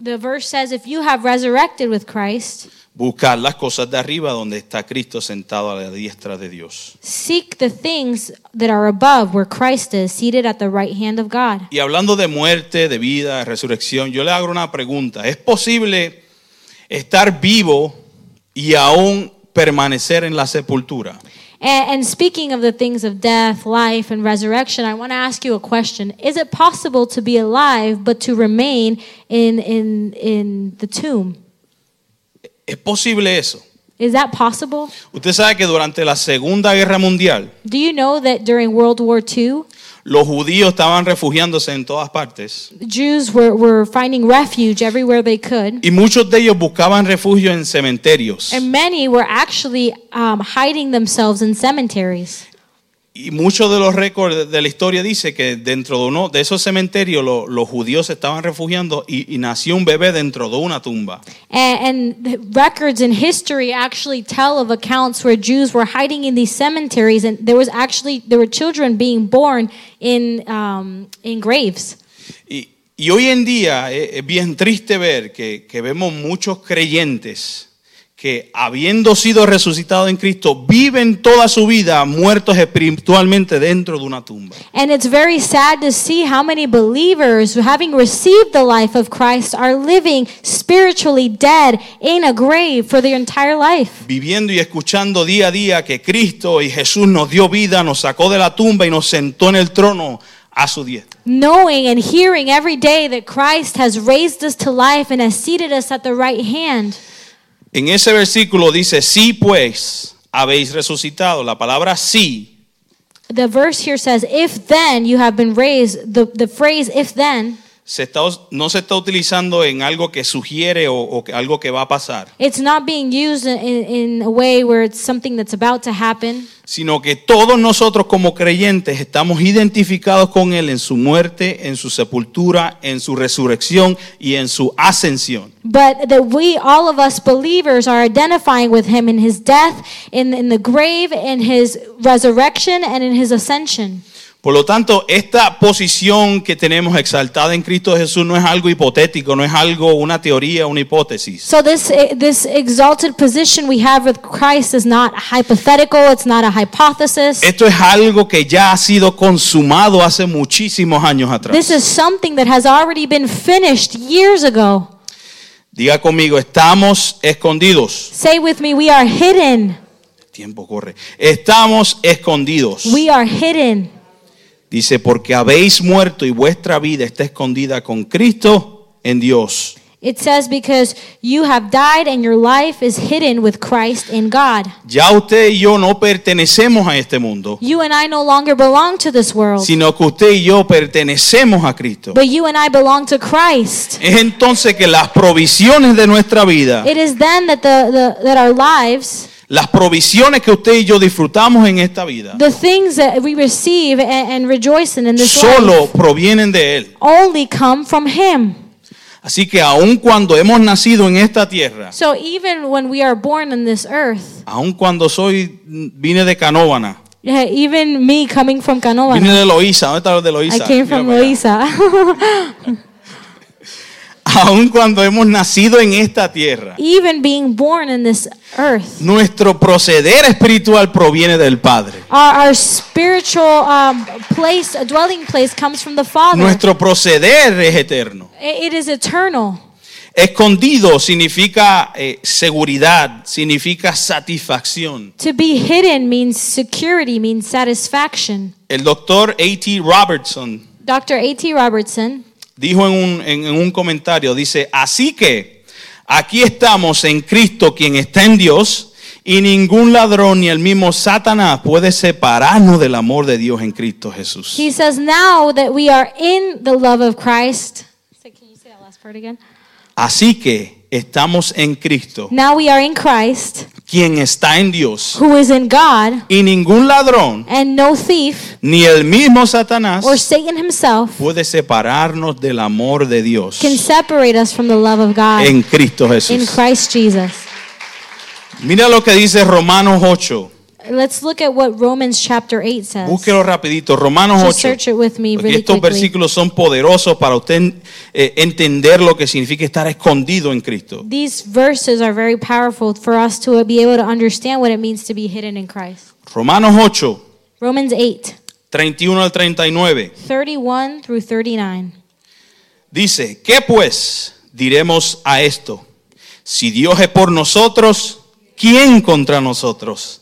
S1: The verse says, if you have resurrected with Christ,
S2: buscad las cosas de arriba donde está Cristo sentado a la diestra de Dios.
S1: seek the things that are above where Christ is, seated at the right hand of God.
S2: Y hablando de muerte, de vida, de resurrección, yo le hago una pregunta. ¿Es posible estar vivo y aún permanecer en la sepultura?
S1: And, and speaking of the things of death, life, and resurrection, I want to ask you a question. Is it possible to be alive but to remain in, in, in the tomb?
S2: ¿Es posible eso?
S1: Is that possible?
S2: Usted sabe que durante la Segunda Guerra Mundial
S1: Do you know that during World War II,
S2: los judíos estaban refugiándose en todas partes
S1: Jews were, were finding refuge everywhere they could?
S2: y muchos de ellos buscaban refugio en cementerios.
S1: And many were actually um, hiding themselves in cemeteries.
S2: Y muchos de los récords de la historia dice que dentro de uno de esos cementerios lo- los judíos se estaban refugiando y, y nació un bebé dentro de una tumba.
S1: And, and the records in history actually tell of accounts where Jews were hiding in these cemeteries, and there was actually there were children being born in um, in graves.
S2: Y, y hoy en día eh, es bien triste ver que, que vemos muchos creyentes que habiendo sido resucitados en Cristo viven toda su vida muertos espiritualmente dentro de una tumba.
S1: And it's very sad to see how many believers, who, having received the life of Christ, are living spiritually dead in a grave for their entire life.
S2: Viviendo y escuchando día a día que Cristo y Jesús nos dio vida, nos sacó de la tumba y nos sentó en el trono a su diestra.
S1: Knowing and hearing every day that Christ has raised us to life and has seated us at the right hand.
S2: En ese versículo dice, sí pues habéis resucitado. La palabra sí
S1: The verse here says, if then you have been raised, the, the phrase if then,
S2: se está us- no se está utilizando en algo que sugiere o- o que- algo que va a pasar.
S1: it's not being used in, in a way where it's something that's about to happen,
S2: sino que todos nosotros como creyentes estamos identificados con Él en su muerte, en su sepultura, en su resurrección y en su ascensión.
S1: but that we, all of us believers, are identifying with him in his death, in, in the grave, in his resurrection, and in his ascension.
S2: Por lo tanto, esta posición que tenemos exaltada en Cristo Jesús no es algo hipotético, no es algo, una teoría, una hipótesis.
S1: So this this exalted position we have with Christ is not hypothetical, it's not a hypothesis.
S2: Esto es algo que ya ha sido consumado hace muchísimos años atrás.
S1: This is something that has already been finished years ago.
S2: Diga conmigo, estamos escondidos.
S1: Say with me, we are hidden.
S2: El tiempo corre. Estamos escondidos.
S1: We are hidden.
S2: Dice, porque habéis muerto y vuestra vida está escondida con Cristo en Dios.
S1: It says, because you have died and your life is hidden with Christ in God.
S2: Ya usted y yo no pertenecemos a este mundo,
S1: You and I no longer belong to this world,
S2: sino que usted y yo pertenecemos a Cristo.
S1: but you and I belong to Christ.
S2: Es entonces que las provisiones de nuestra vida,
S1: It is then that, the, the, that our lives,
S2: las provisiones que usted y yo disfrutamos en esta vida,
S1: the things that we receive and, and rejoice in in this
S2: solo
S1: life,
S2: provienen de Él.
S1: only come from Him.
S2: Así que aun cuando hemos nacido en esta tierra,
S1: So even when we are born on this earth,
S2: aun cuando soy, vine de Canóvana,
S1: yeah, even me coming from
S2: vine
S1: Canoa,
S2: de Loíza, ¿dónde está los de
S1: I
S2: Loíza?
S1: came from
S2: Mira para allá.
S1: Loisa.
S2: Aun cuando hemos nacido en esta tierra,
S1: even being born in this earth.
S2: Nuestro proceder espiritual proviene del Padre.
S1: Our, our spiritual um, place, a dwelling place, comes from the Father.
S2: Nuestro proceder es eterno.
S1: I- it is eternal.
S2: Escondido significa eh, seguridad, significa satisfacción.
S1: To be hidden means security, means satisfaction.
S2: El doctor A.T. Robertson
S1: Dr. A.T. Robertson
S2: dijo en un, en- en un comentario, dice, así que aquí estamos en Cristo quien está en Dios y ningún ladrón ni el mismo Satanás puede separarnos del amor de Dios en Cristo Jesús.
S1: he says, now that we are in the love of Christ. So can you say that last part again?
S2: Así que estamos en Cristo
S1: Now we are in Christ,
S2: quien está en Dios.
S1: who is in God,
S2: Y ningún ladrón,
S1: and no thief
S2: ni el mismo Satanás,
S1: or Satan himself
S2: puede separarnos del amor de Dios
S1: can separate us from the love of God
S2: en Cristo
S1: in
S2: Jesús.
S1: Christ Jesus.
S2: Mira lo que dice Romanos 8.
S1: Let's look at what Romans chapter 8 says.
S2: Búsquelo rapidito, Romanos
S1: Just
S2: 8.
S1: search it with me
S2: Porque
S1: really
S2: estos
S1: quickly.
S2: versículos son poderosos para usted eh, entender lo que significa estar escondido en Cristo.
S1: These verses are very powerful for us to be able to understand what it means to be hidden in Christ.
S2: Romanos 8,
S1: Romans 8,
S2: 31 al 39.
S1: 31 through 39.
S2: Dice, ¿qué pues diremos a esto? Si Dios es por nosotros, ¿quién contra nosotros?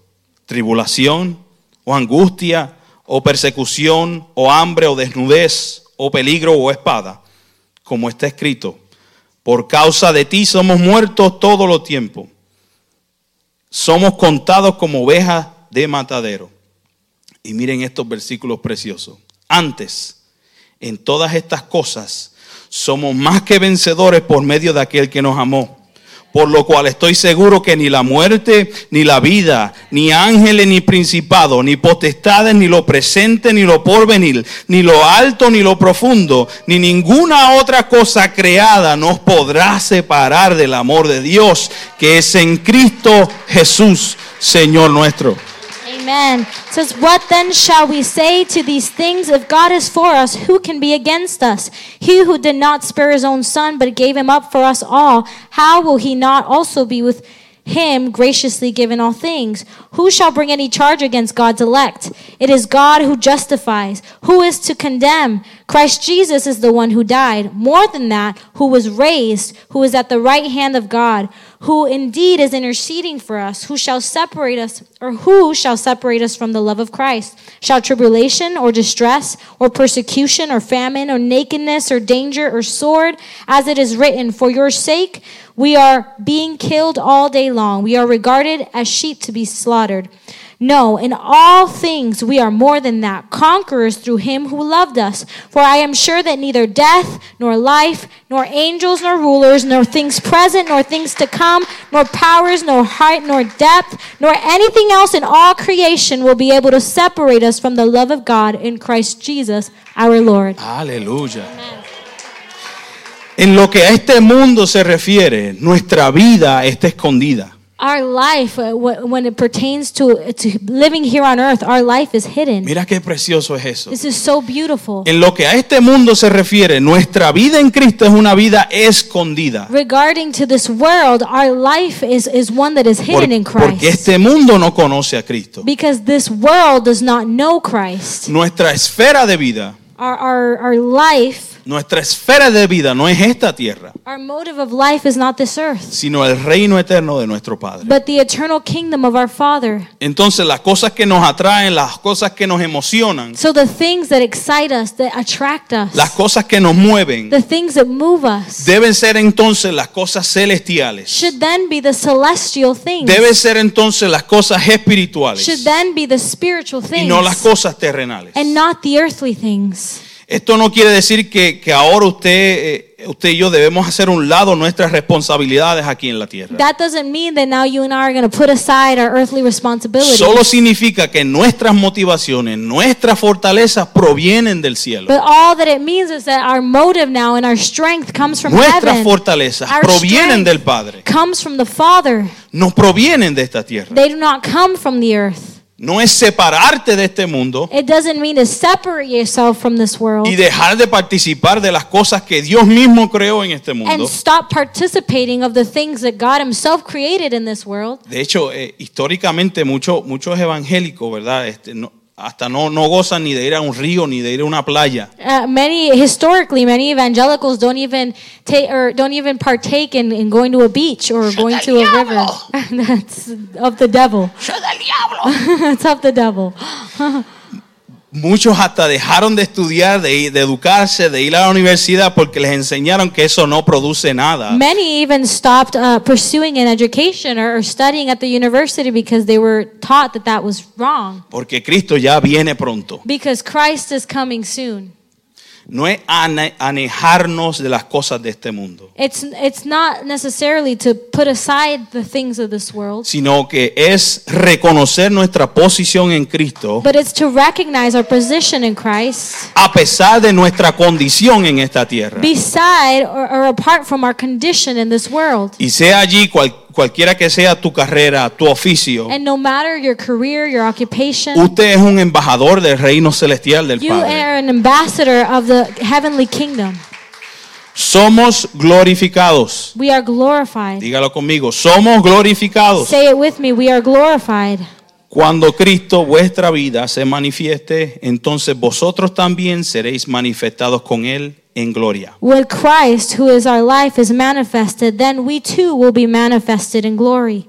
S2: ¿Tribulación o angustia o persecución, o hambre, o desnudez, o peligro, o espada, como está escrito. Por causa de ti somos muertos todo los tiempo. Somos contados como ovejas de matadero. Y miren estos versículos preciosos. Antes, en todas estas cosas, somos más que vencedores por medio de aquel que nos amó. Por lo cual estoy seguro que ni la muerte, ni la vida, ni ángeles, ni principados, ni potestades, ni lo presente, ni lo porvenir, ni lo alto, ni lo profundo, ni ninguna otra cosa creada nos podrá separar del amor de Dios que es en Cristo Jesús, Señor nuestro.
S1: Amen. It says, What then shall we say to these things? If God is for us, who can be against us? He who did not spare his own son, but gave him up for us all, how will he not also be with him graciously given all things? Who shall bring any charge against God's elect? It is God who justifies. Who is to condemn? Christ Jesus is the one who died. More than that, who was raised, who is at the right hand of God, who indeed is interceding for us. Who shall separate us, or who shall separate us from the love of Christ? Shall tribulation, or distress, or persecution, or famine, or nakedness, or danger, or sword? As it is written, For your sake, we are being killed all day long. We are regarded as sheep to be slaughtered. No, in all things we are more than that, conquerors through him who loved us. For I am sure that neither death, nor life, nor angels, nor rulers, nor things present, nor things to come, nor powers, nor height, nor depth, nor anything else in all creation will be able to separate us from the love of God in Christ Jesus our Lord.
S2: Aleluya. En lo que a este mundo se refiere, nuestra vida está escondida.
S1: Our life, uh, wh- when it pertains to, to living here on earth, our life is hidden.
S2: Mira qué precioso es eso.
S1: This is so beautiful.
S2: En lo que a este mundo se refiere, nuestra vida en Cristo es una vida escondida.
S1: Regarding to this world, our life is, is one that is
S2: Por-
S1: hidden in
S2: porque
S1: Christ.
S2: este mundo no conoce a Cristo.
S1: Because this world does not know Christ.
S2: Nuestra esfera de vida,
S1: Our, our, our life,
S2: nuestra esfera de vida no es esta tierra,
S1: our motive of life is not this earth,
S2: sino el reino eterno de nuestro Padre.
S1: but the eternal kingdom of our Father.
S2: Entonces las cosas que nos atraen, las cosas que nos emocionan,
S1: So the things that excite us, that attract
S2: las
S1: us,
S2: cosas que nos mueven,
S1: the things that move us,
S2: deben ser entonces las cosas celestiales.
S1: should then be the celestial things,
S2: Deben ser entonces las cosas
S1: should
S2: espirituales
S1: then be the spiritual
S2: y no las
S1: things,
S2: cosas terrenales.
S1: and not the earthly things.
S2: Esto no quiere decir que, que ahora usted, eh, usted y yo debemos hacer un lado nuestras responsabilidades aquí en la tierra.
S1: That doesn't mean that now you and I are going to put aside our earthly responsibilities.
S2: Solo significa que nuestras motivaciones, nuestras fortalezas provienen del cielo.
S1: But all that it means is that our motive now and our strength comes from
S2: Nuestras
S1: heaven.
S2: fortalezas
S1: Our
S2: provienen
S1: strength
S2: del Padre,
S1: Comes from the Father.
S2: no provienen de esta tierra.
S1: They do not come from the earth.
S2: No es separarte de este mundo
S1: It doesn't mean to separate yourself from this world
S2: y dejar de participar de las cosas que Dios mismo creó en este
S1: and
S2: mundo.
S1: stop participating of the things that God Himself created in this world.
S2: De hecho, eh, históricamente muchos muchos evangélicos, ¿verdad? Este, no- hasta no, no gozan ni de ir a un río ni de ir a una playa.
S1: Uh, many historically, many evangelicals don't even take or don't even partake in, in going to a beach or going to a river. That's of the devil. That's of the devil.
S2: Muchos hasta dejaron de estudiar, de, ir- de educarse, de ir a la universidad porque les enseñaron que eso no produce nada.
S1: Many even stopped uh, pursuing an education or, or studying at the university because they were taught that that was wrong.
S2: Porque Cristo ya viene pronto.
S1: Because Christ is coming soon.
S2: No es ane- anejarnos de las cosas de este mundo,
S1: It's it's not necessarily to put aside the things of this world,
S2: sino que es reconocer nuestra posición en Cristo
S1: but it's to recognize our position in Christ,
S2: a pesar de nuestra condición en esta tierra.
S1: beside or, or apart from our condition in this world.
S2: Y sea allí cual- cualquiera que sea tu carrera, tu oficio,
S1: And no matter your career, your occupation,
S2: usted es un embajador del reino celestial del
S1: you
S2: Padre.
S1: are an ambassador of the heavenly kingdom.
S2: Somos glorificados.
S1: We are glorified.
S2: Dígalo conmigo, somos glorificados
S1: Say it with me. We are glorified.
S2: cuando Cristo vuestra vida se manifieste, entonces vosotros también seréis manifestados con él en gloria.
S1: When Christ, who is our life, is manifested, then we too will be manifested in glory.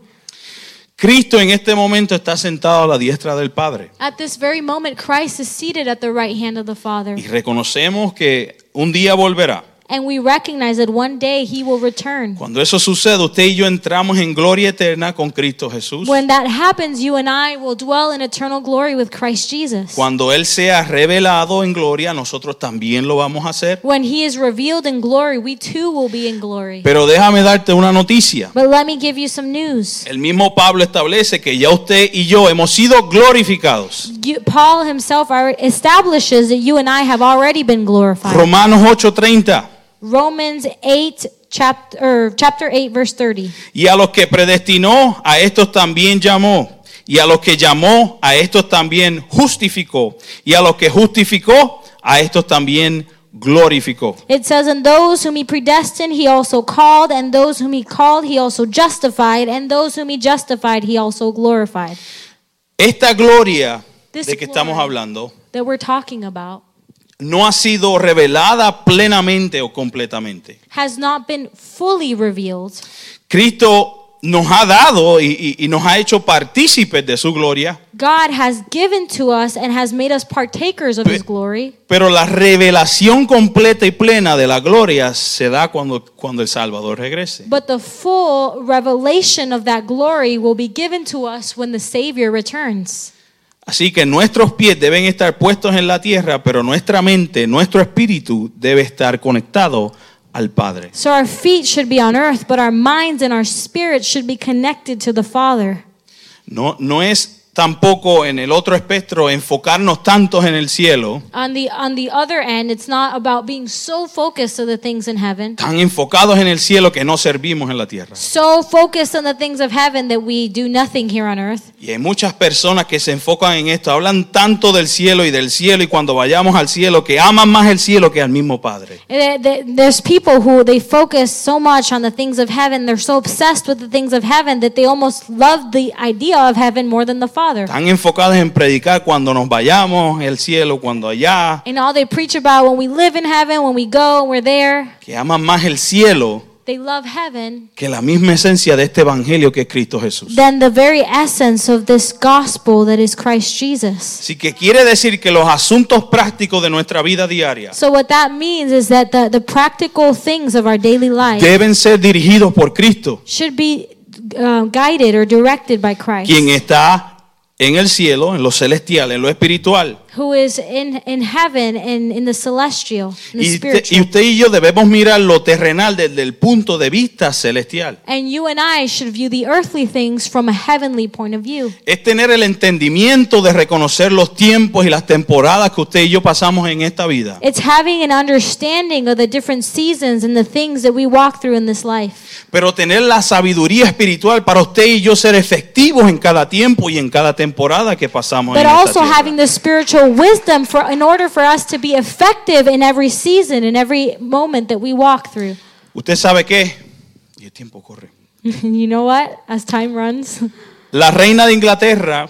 S2: Cristo en este momento está sentado a la diestra del Padre.
S1: At this very moment, Christ is seated at the right hand of the Father.
S2: Y reconocemos que un día volverá.
S1: And we recognize that one day he will return.
S2: Cuando eso suceda, usted y yo entramos en gloria eterna con Cristo Jesús.
S1: When that happens, you and I will dwell in eternal glory with Christ Jesus.
S2: Cuando Él sea revelado en gloria, nosotros también lo vamos a hacer.
S1: When he is revealed in glory, we too will be in glory.
S2: Pero déjame darte una noticia.
S1: But let me give you some news.
S2: El mismo Pablo establece que ya usted y yo hemos sido glorificados.
S1: You, Paul himself alre- establishes that you and I have already been glorified.
S2: Romanos 8:30.
S1: Romans 8 chapter er, chapter 8 verse 30.
S2: Y a los que predestinó, a estos también llamó. Y a los que llamó, a estos también justificó. Y a los que justificó, a estos también glorificó.
S1: It says, And those whom he predestined, he also called, and those whom he called, he also justified, and those whom he justified, he also glorified.
S2: Esta gloria
S1: This
S2: de que estamos
S1: glory.
S2: hablando
S1: That we're talking about
S2: no ha sido revelada plenamente o completamente.
S1: has not been fully revealed.
S2: Cristo nos ha dado y, y- y nos ha hecho partícipes de su gloria,
S1: God has given to us and has made us partakers of his
S2: Pe-
S1: glory.
S2: pero la revelación completa y plena de la gloria se da cuando, cuando el Salvador regrese.
S1: But the full revelation of that glory will be given to us when the Savior returns.
S2: Así que nuestros pies deben estar puestos en la tierra, pero nuestra mente, nuestro espíritu debe estar conectado al Padre.
S1: So our feet should be on earth, but our minds and our spirits should be connected to the Father.
S2: No, no es tampoco en el otro espectro enfocarnos tantos en el cielo,
S1: On the on the other end, it's not about being so focused on the things in heaven,
S2: tan enfocados en el cielo que no servimos en la tierra.
S1: so focused on the things of heaven that we do nothing here on earth.
S2: Y hay muchas personas que se enfocan en esto, hablan tanto del cielo y del cielo y cuando vayamos al cielo que aman más el cielo que al mismo Padre.
S1: Eh, th- There's people who they focus so much on the things of heaven, they're so obsessed with the things of heaven that they almost love the idea of heaven more than the Father.
S2: Están enfocados en predicar cuando nos vayamos, el cielo, cuando allá,
S1: And all they preach about when we live in heaven, when we go, and we're there,
S2: que aman más el cielo
S1: they love heaven.
S2: que la misma esencia de este evangelio que es Cristo Jesús.
S1: Then the very essence of this gospel that is Christ Jesus.
S2: Así que quiere decir que los asuntos prácticos de nuestra vida diaria
S1: So what that means is that the, the practical things of our daily life
S2: deben ser dirigidos por Cristo,
S1: should be uh, guided or directed by Christ,
S2: quien está en el cielo, en lo celestial, en lo espiritual.
S1: who is in in heaven and in the celestial, in the
S2: Y usted,
S1: spiritual.
S2: y usted y yo debemos mirar lo terrenal desde el punto de vista celestial.
S1: and you and I should view the earthly things from a heavenly point of view.
S2: Es tener el entendimiento de reconocer los tiempos y las temporadas que usted y yo pasamos en esta vida.
S1: It's having an understanding of the different seasons and the things that we walk through in this life,
S2: Pero tener la sabiduría espiritual para usted y yo ser efectivos en cada tiempo y en cada temporada que pasamos
S1: but
S2: en esta
S1: also
S2: tierra.
S1: having the spiritual wisdom for in order for us to be effective in every season in every moment that we walk through.
S2: Usted sabe qué. Y el tiempo corre.
S1: you know what? As time runs,
S2: La reina de Inglaterra,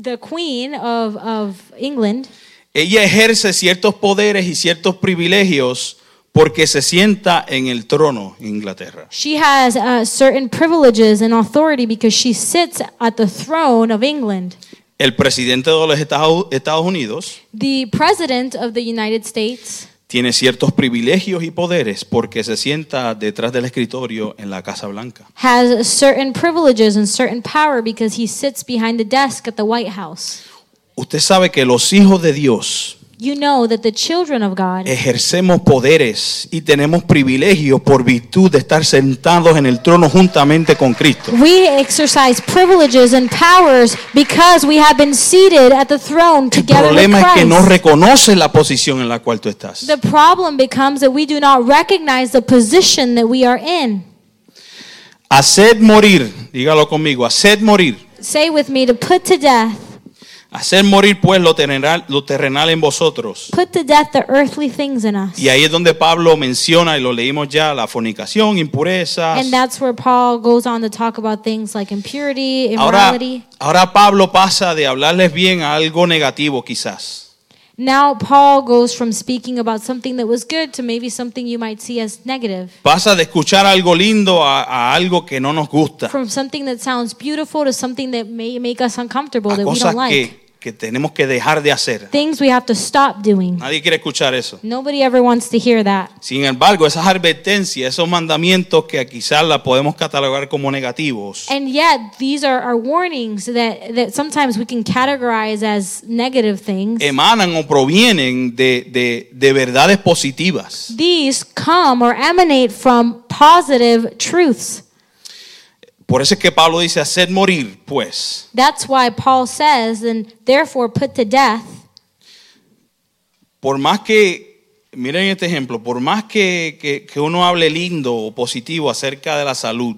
S1: the Queen of, of England,
S2: ella ejerce ciertos poderes y ciertos privilegios porque se sienta en el trono en Inglaterra.
S1: she has uh, certain privileges and authority because she sits at the throne of England.
S2: El presidente de los Estados Estados Unidos
S1: The President of the United States
S2: tiene ciertos privilegios y poderes porque se sienta detrás del escritorio en la Casa Blanca.
S1: has certain privileges and certain power because he sits behind the desk at the White House.
S2: Usted sabe que los hijos de Dios
S1: You know that the children of
S2: Eh.
S1: God,
S2: ejercemos poderes y tenemos privilegios por virtud de estar sentados en el trono juntamente con Cristo.
S1: we exercise privileges and powers because we have been seated at the throne
S2: El
S1: together with
S2: problema es que no
S1: Christ.
S2: reconoces la posición en la cual tú estás.
S1: The problem becomes that we do not recognize the position that we are in.
S2: Haced morir, dígalo conmigo, haced morir.
S1: Say with me to put to death,
S2: Haced morir pues lo terrenal, lo terrenal en vosotros.
S1: put to death the earthly things in us.
S2: Y ahí es donde Pablo menciona, y lo leímos ya, la fornicación, impurezas.
S1: And that's where Paul goes on to talk about things like impurity,
S2: Ahora,
S1: immorality.
S2: ahora Pablo pasa de hablarles bien a algo negativo quizás.
S1: Now Paul goes from speaking about something that was good to maybe something you might see as negative.
S2: Pasa de escuchar algo lindo a, a algo que no nos gusta,
S1: From something that sounds beautiful to something that may make us uncomfortable,
S2: a
S1: that we
S2: cosas
S1: don't like.
S2: que, que tenemos que dejar de hacer.
S1: Things we have to stop doing.
S2: Nadie quiere escuchar eso.
S1: Nobody ever wants to hear that.
S2: Sin embargo, esas advertencias, esos mandamientos que quizás la podemos catalogar como negativos,
S1: And yet, these are, are warnings that, that sometimes we can categorize as negative things.
S2: emanan o provienen de, de- de verdades positivas.
S1: These come or emanate from positive truths.
S2: Por eso es que Pablo dice, haced morir, pues.
S1: That's why Paul says, and therefore put to death.
S2: Por más que, miren este ejemplo, por más que, que- que uno hable lindo o positivo acerca de la salud,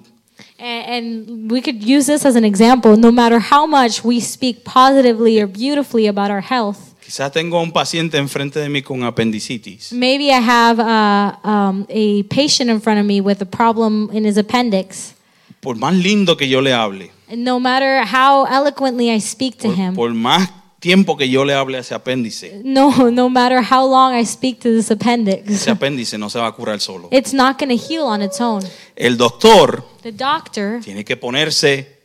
S1: And, and we could use this as an example. No matter how much we speak positively or beautifully about our health,
S2: quizás tengo a un paciente enfrente de mí con apendicitis.
S1: maybe I have uh, um, a patient in front of me with a problem in his appendix.
S2: Por más lindo que yo le hable,
S1: And no matter how eloquently I speak to
S2: por,
S1: him,
S2: por más tiempo que yo le hable a ese apéndice,
S1: no, no matter how long I speak to this appendix,
S2: ese apéndice no se va a curar solo.
S1: it's not going to heal on its own.
S2: El doctor
S1: The doctor
S2: tiene que ponerse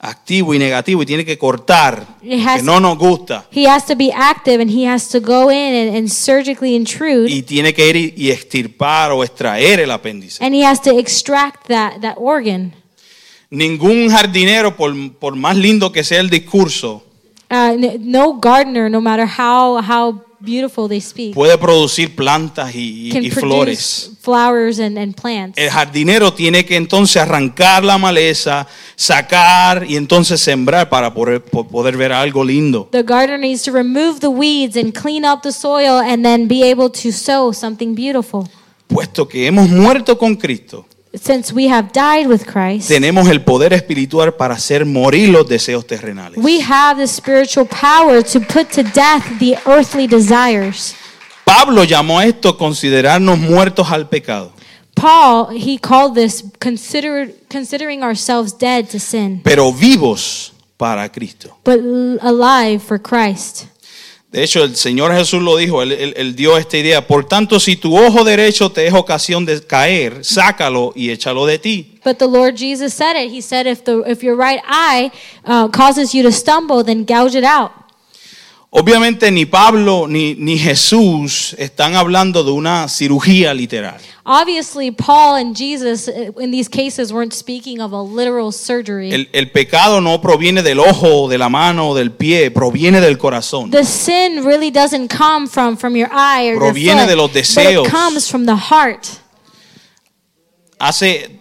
S2: activo y negativo y tiene que cortar
S1: It
S2: lo
S1: has-
S2: que no nos gusta
S1: He has to be active and he has to go in and, and surgically intrude
S2: y tiene que ir y- y extirpar o extraer el apéndice.
S1: and he has to extract that, that organ.
S2: Ningún jardinero, por, por más lindo que sea el discurso,
S1: Uh, n- no gardener, no matter how, how beautiful they speak,
S2: puede producir plantas y, y-
S1: can
S2: y
S1: produce
S2: flores.
S1: flowers and, and plants.
S2: El jardinero tiene que entonces arrancar la maleza, sacar y entonces sembrar para poder, po- poder ver algo lindo.
S1: The gardener needs to remove the weeds and clean up the soil and then be able to sow something beautiful.
S2: Puesto que hemos muerto con Cristo,
S1: Since we have died with Christ,
S2: tenemos el poder espiritual para hacer morir los deseos terrenales.
S1: we have the spiritual power to put to death the earthly desires.
S2: Pablo llamó a esto considerarnos muertos al pecado.
S1: Paul, he called this consider, considering ourselves dead to sin,
S2: pero vivos para Cristo.
S1: but l- alive for Christ.
S2: De hecho, el Señor Jesús lo dijo, él, él- él dio esta idea. Por tanto, si tu ojo derecho te es ocasión de caer, sácalo y échalo de ti.
S1: But the Lord Jesus said it. He said, if, the, if your right eye uh, causes you to stumble, then gouge it out.
S2: Obviamente ni Pablo ni, ni Jesús están hablando de una cirugía literal.
S1: Obviously, Paul and Jesus uh, in these cases weren't speaking of a literal surgery.
S2: El, el pecado no proviene del ojo, de la mano, del pie, proviene del corazón.
S1: the sin really doesn't come from, from your eye or your
S2: Proviene
S1: foot,
S2: de los
S1: but
S2: deseos.
S1: it comes from the heart.
S2: Hace,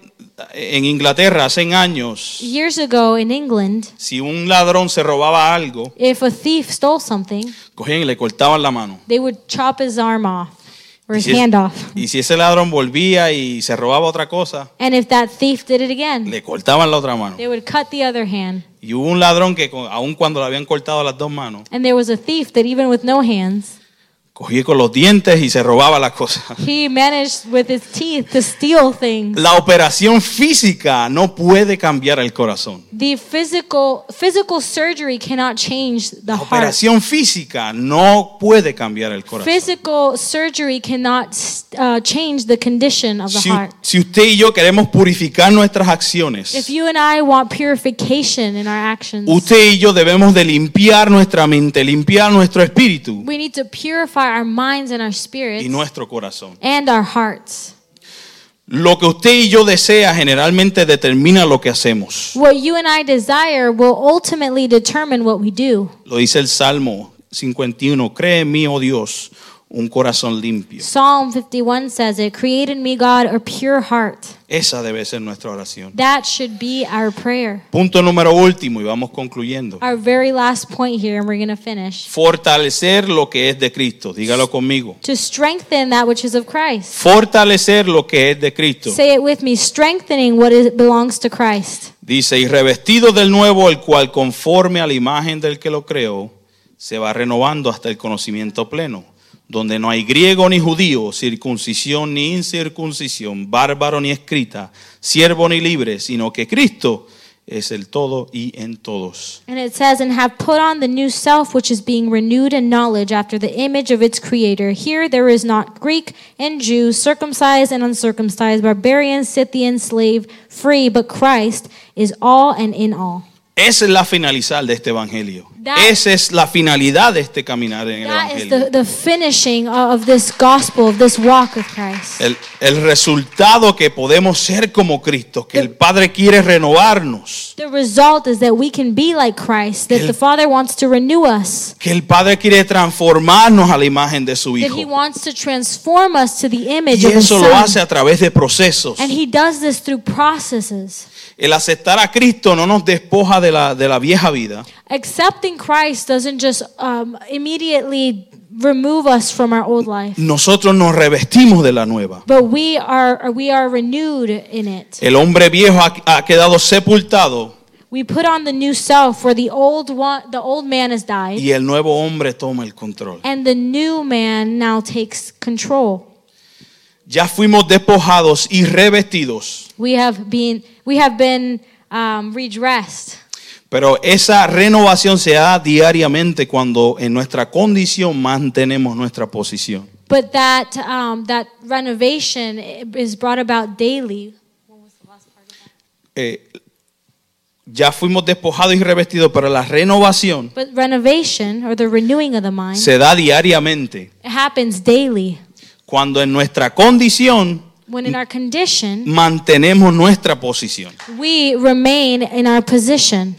S2: en Inglaterra, hace años,
S1: Years ago in England,
S2: si un ladrón se robaba algo,
S1: if a thief stole something,
S2: cogían y le cortaban la mano.
S1: they would chop his arm off or
S2: Y
S1: his
S2: si, es-
S1: hand off.
S2: y si ese ladrón volvía y se robaba otra cosa,
S1: And if that thief did it again,
S2: le cortaban la otra mano.
S1: they would cut the other hand.
S2: Y hubo un ladrón que, con- aun cuando le habían cortado las dos manos,
S1: And there was a thief that, even with no hands,
S2: cogía con los dientes y se robaba las cosas.
S1: he managed with his teeth to steal things.
S2: La operación física no puede cambiar el corazón.
S1: The physical physical surgery cannot change the
S2: La
S1: heart.
S2: operación física no puede cambiar el corazón.
S1: Physical surgery cannot uh, change the condition of the
S2: Si,
S1: heart.
S2: si usted y yo queremos purificar nuestras
S1: If
S2: acciones,
S1: you and I want purification in our actions,
S2: usted y yo debemos de limpiar nuestra mente, limpiar nuestro espíritu
S1: we need to purify our minds and our
S2: y
S1: spirits
S2: nuestro corazón.
S1: and our hearts.
S2: Lo que usted y yo desea generalmente determina lo que hacemos.
S1: What you and I desire will ultimately determine what we do.
S2: Lo dice el Salmo 51. Cree en mí, oh Dios, un corazón limpio.
S1: Psalm 51 says it Create in me, God, a pure heart.
S2: Esa debe ser nuestra oración.
S1: That should be our prayer.
S2: Punto número último y vamos concluyendo.
S1: Our very last point here, and we're going to finish.
S2: Fortalecer lo que es de Cristo. Dígalo conmigo.
S1: To strengthen that which is of Christ.
S2: Fortalecer lo que es de Cristo.
S1: Say it with me strengthening what is, belongs to Christ.
S2: Dice, y revestido del nuevo, el cual conforme a la imagen del que lo creó, se va renovando hasta el conocimiento pleno, donde no hay griego ni judío, circuncisión ni incircuncisión, bárbaro ni escrita, siervo ni libre, sino que Cristo es el todo y en todos.
S1: And it says, And have put on the new self, which is being renewed in knowledge after the image of its creator. Here there is not Greek and Jew, circumcised and uncircumcised, barbarian, Scythian, slave, free, but Christ is all and in all.
S2: Esa es la finalizar de este evangelio.
S1: That-
S2: Esa es la finalidad de este caminar en el
S1: That is the,
S2: evangelio.
S1: the finishing of of this gospel, of this walk of Christ.
S2: El, el resultado que podemos ser como Cristo, que el Padre quiere renovarnos,
S1: The result is that we can be like Christ, that
S2: El-
S1: the Father wants to renew us,
S2: que el Padre quiere transformarnos a la imagen de su
S1: that He
S2: Hijo.
S1: wants to transform us to the image
S2: Y
S1: of His
S2: eso lo
S1: Son.
S2: hace a través de procesos.
S1: And He does this through processes.
S2: El aceptar a Cristo no nos despoja de la, de la vieja vida,
S1: Accepting Christ doesn't just um, immediately remove us from our old life,
S2: nosotros nos revestimos de la nueva.
S1: but we are we are renewed in it.
S2: El hombre viejo ha, ha quedado sepultado
S1: We put on the new self, where the old one, the old man has died,
S2: y el nuevo hombre toma el control.
S1: and the new man now takes control.
S2: Ya fuimos despojados y revestidos,
S1: We have been we have been um, redressed.
S2: pero esa renovación se da diariamente cuando en nuestra condición mantenemos nuestra posición.
S1: But that um, that renovation is brought about daily.
S2: Eh, ya fuimos despojados y revestidos, pero la renovación
S1: But renovation or the renewing of the mind
S2: se da diariamente
S1: it happens daily
S2: cuando en nuestra condición
S1: when in our condition
S2: mantenemos nuestra posición.
S1: we remain in our position.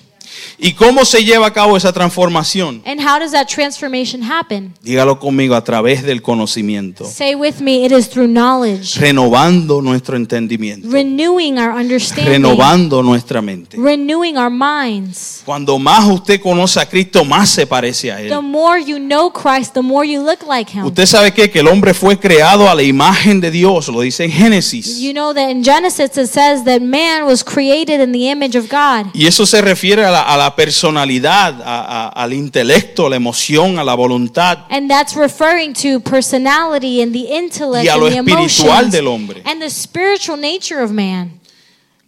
S2: ¿Y cómo se lleva a cabo esa transformación?
S1: And how does that transformation happen?
S2: Dígalo conmigo, a través del conocimiento,
S1: Say with me, it is through knowledge,
S2: renovando nuestro entendimiento,
S1: renewing our understanding,
S2: renovando nuestra mente.
S1: renewing our minds.
S2: Cuando más usted conoce a Cristo, más se parece a
S1: The
S2: Él.
S1: more you know Christ, the more you look like him.
S2: Usted sabe qué? que el hombre fue creado a la imagen de Dios, lo dice en Génesis.
S1: You know that in Genesis it says that man was created in the image of God.
S2: Y eso se refiere a la, a la personalidad, a- a- al intelecto, a la emoción, a la voluntad.
S1: And that's referring to personality and the intellect
S2: Y a
S1: and
S2: lo
S1: the
S2: espiritual
S1: emotions
S2: del hombre.
S1: and the spiritual nature of man.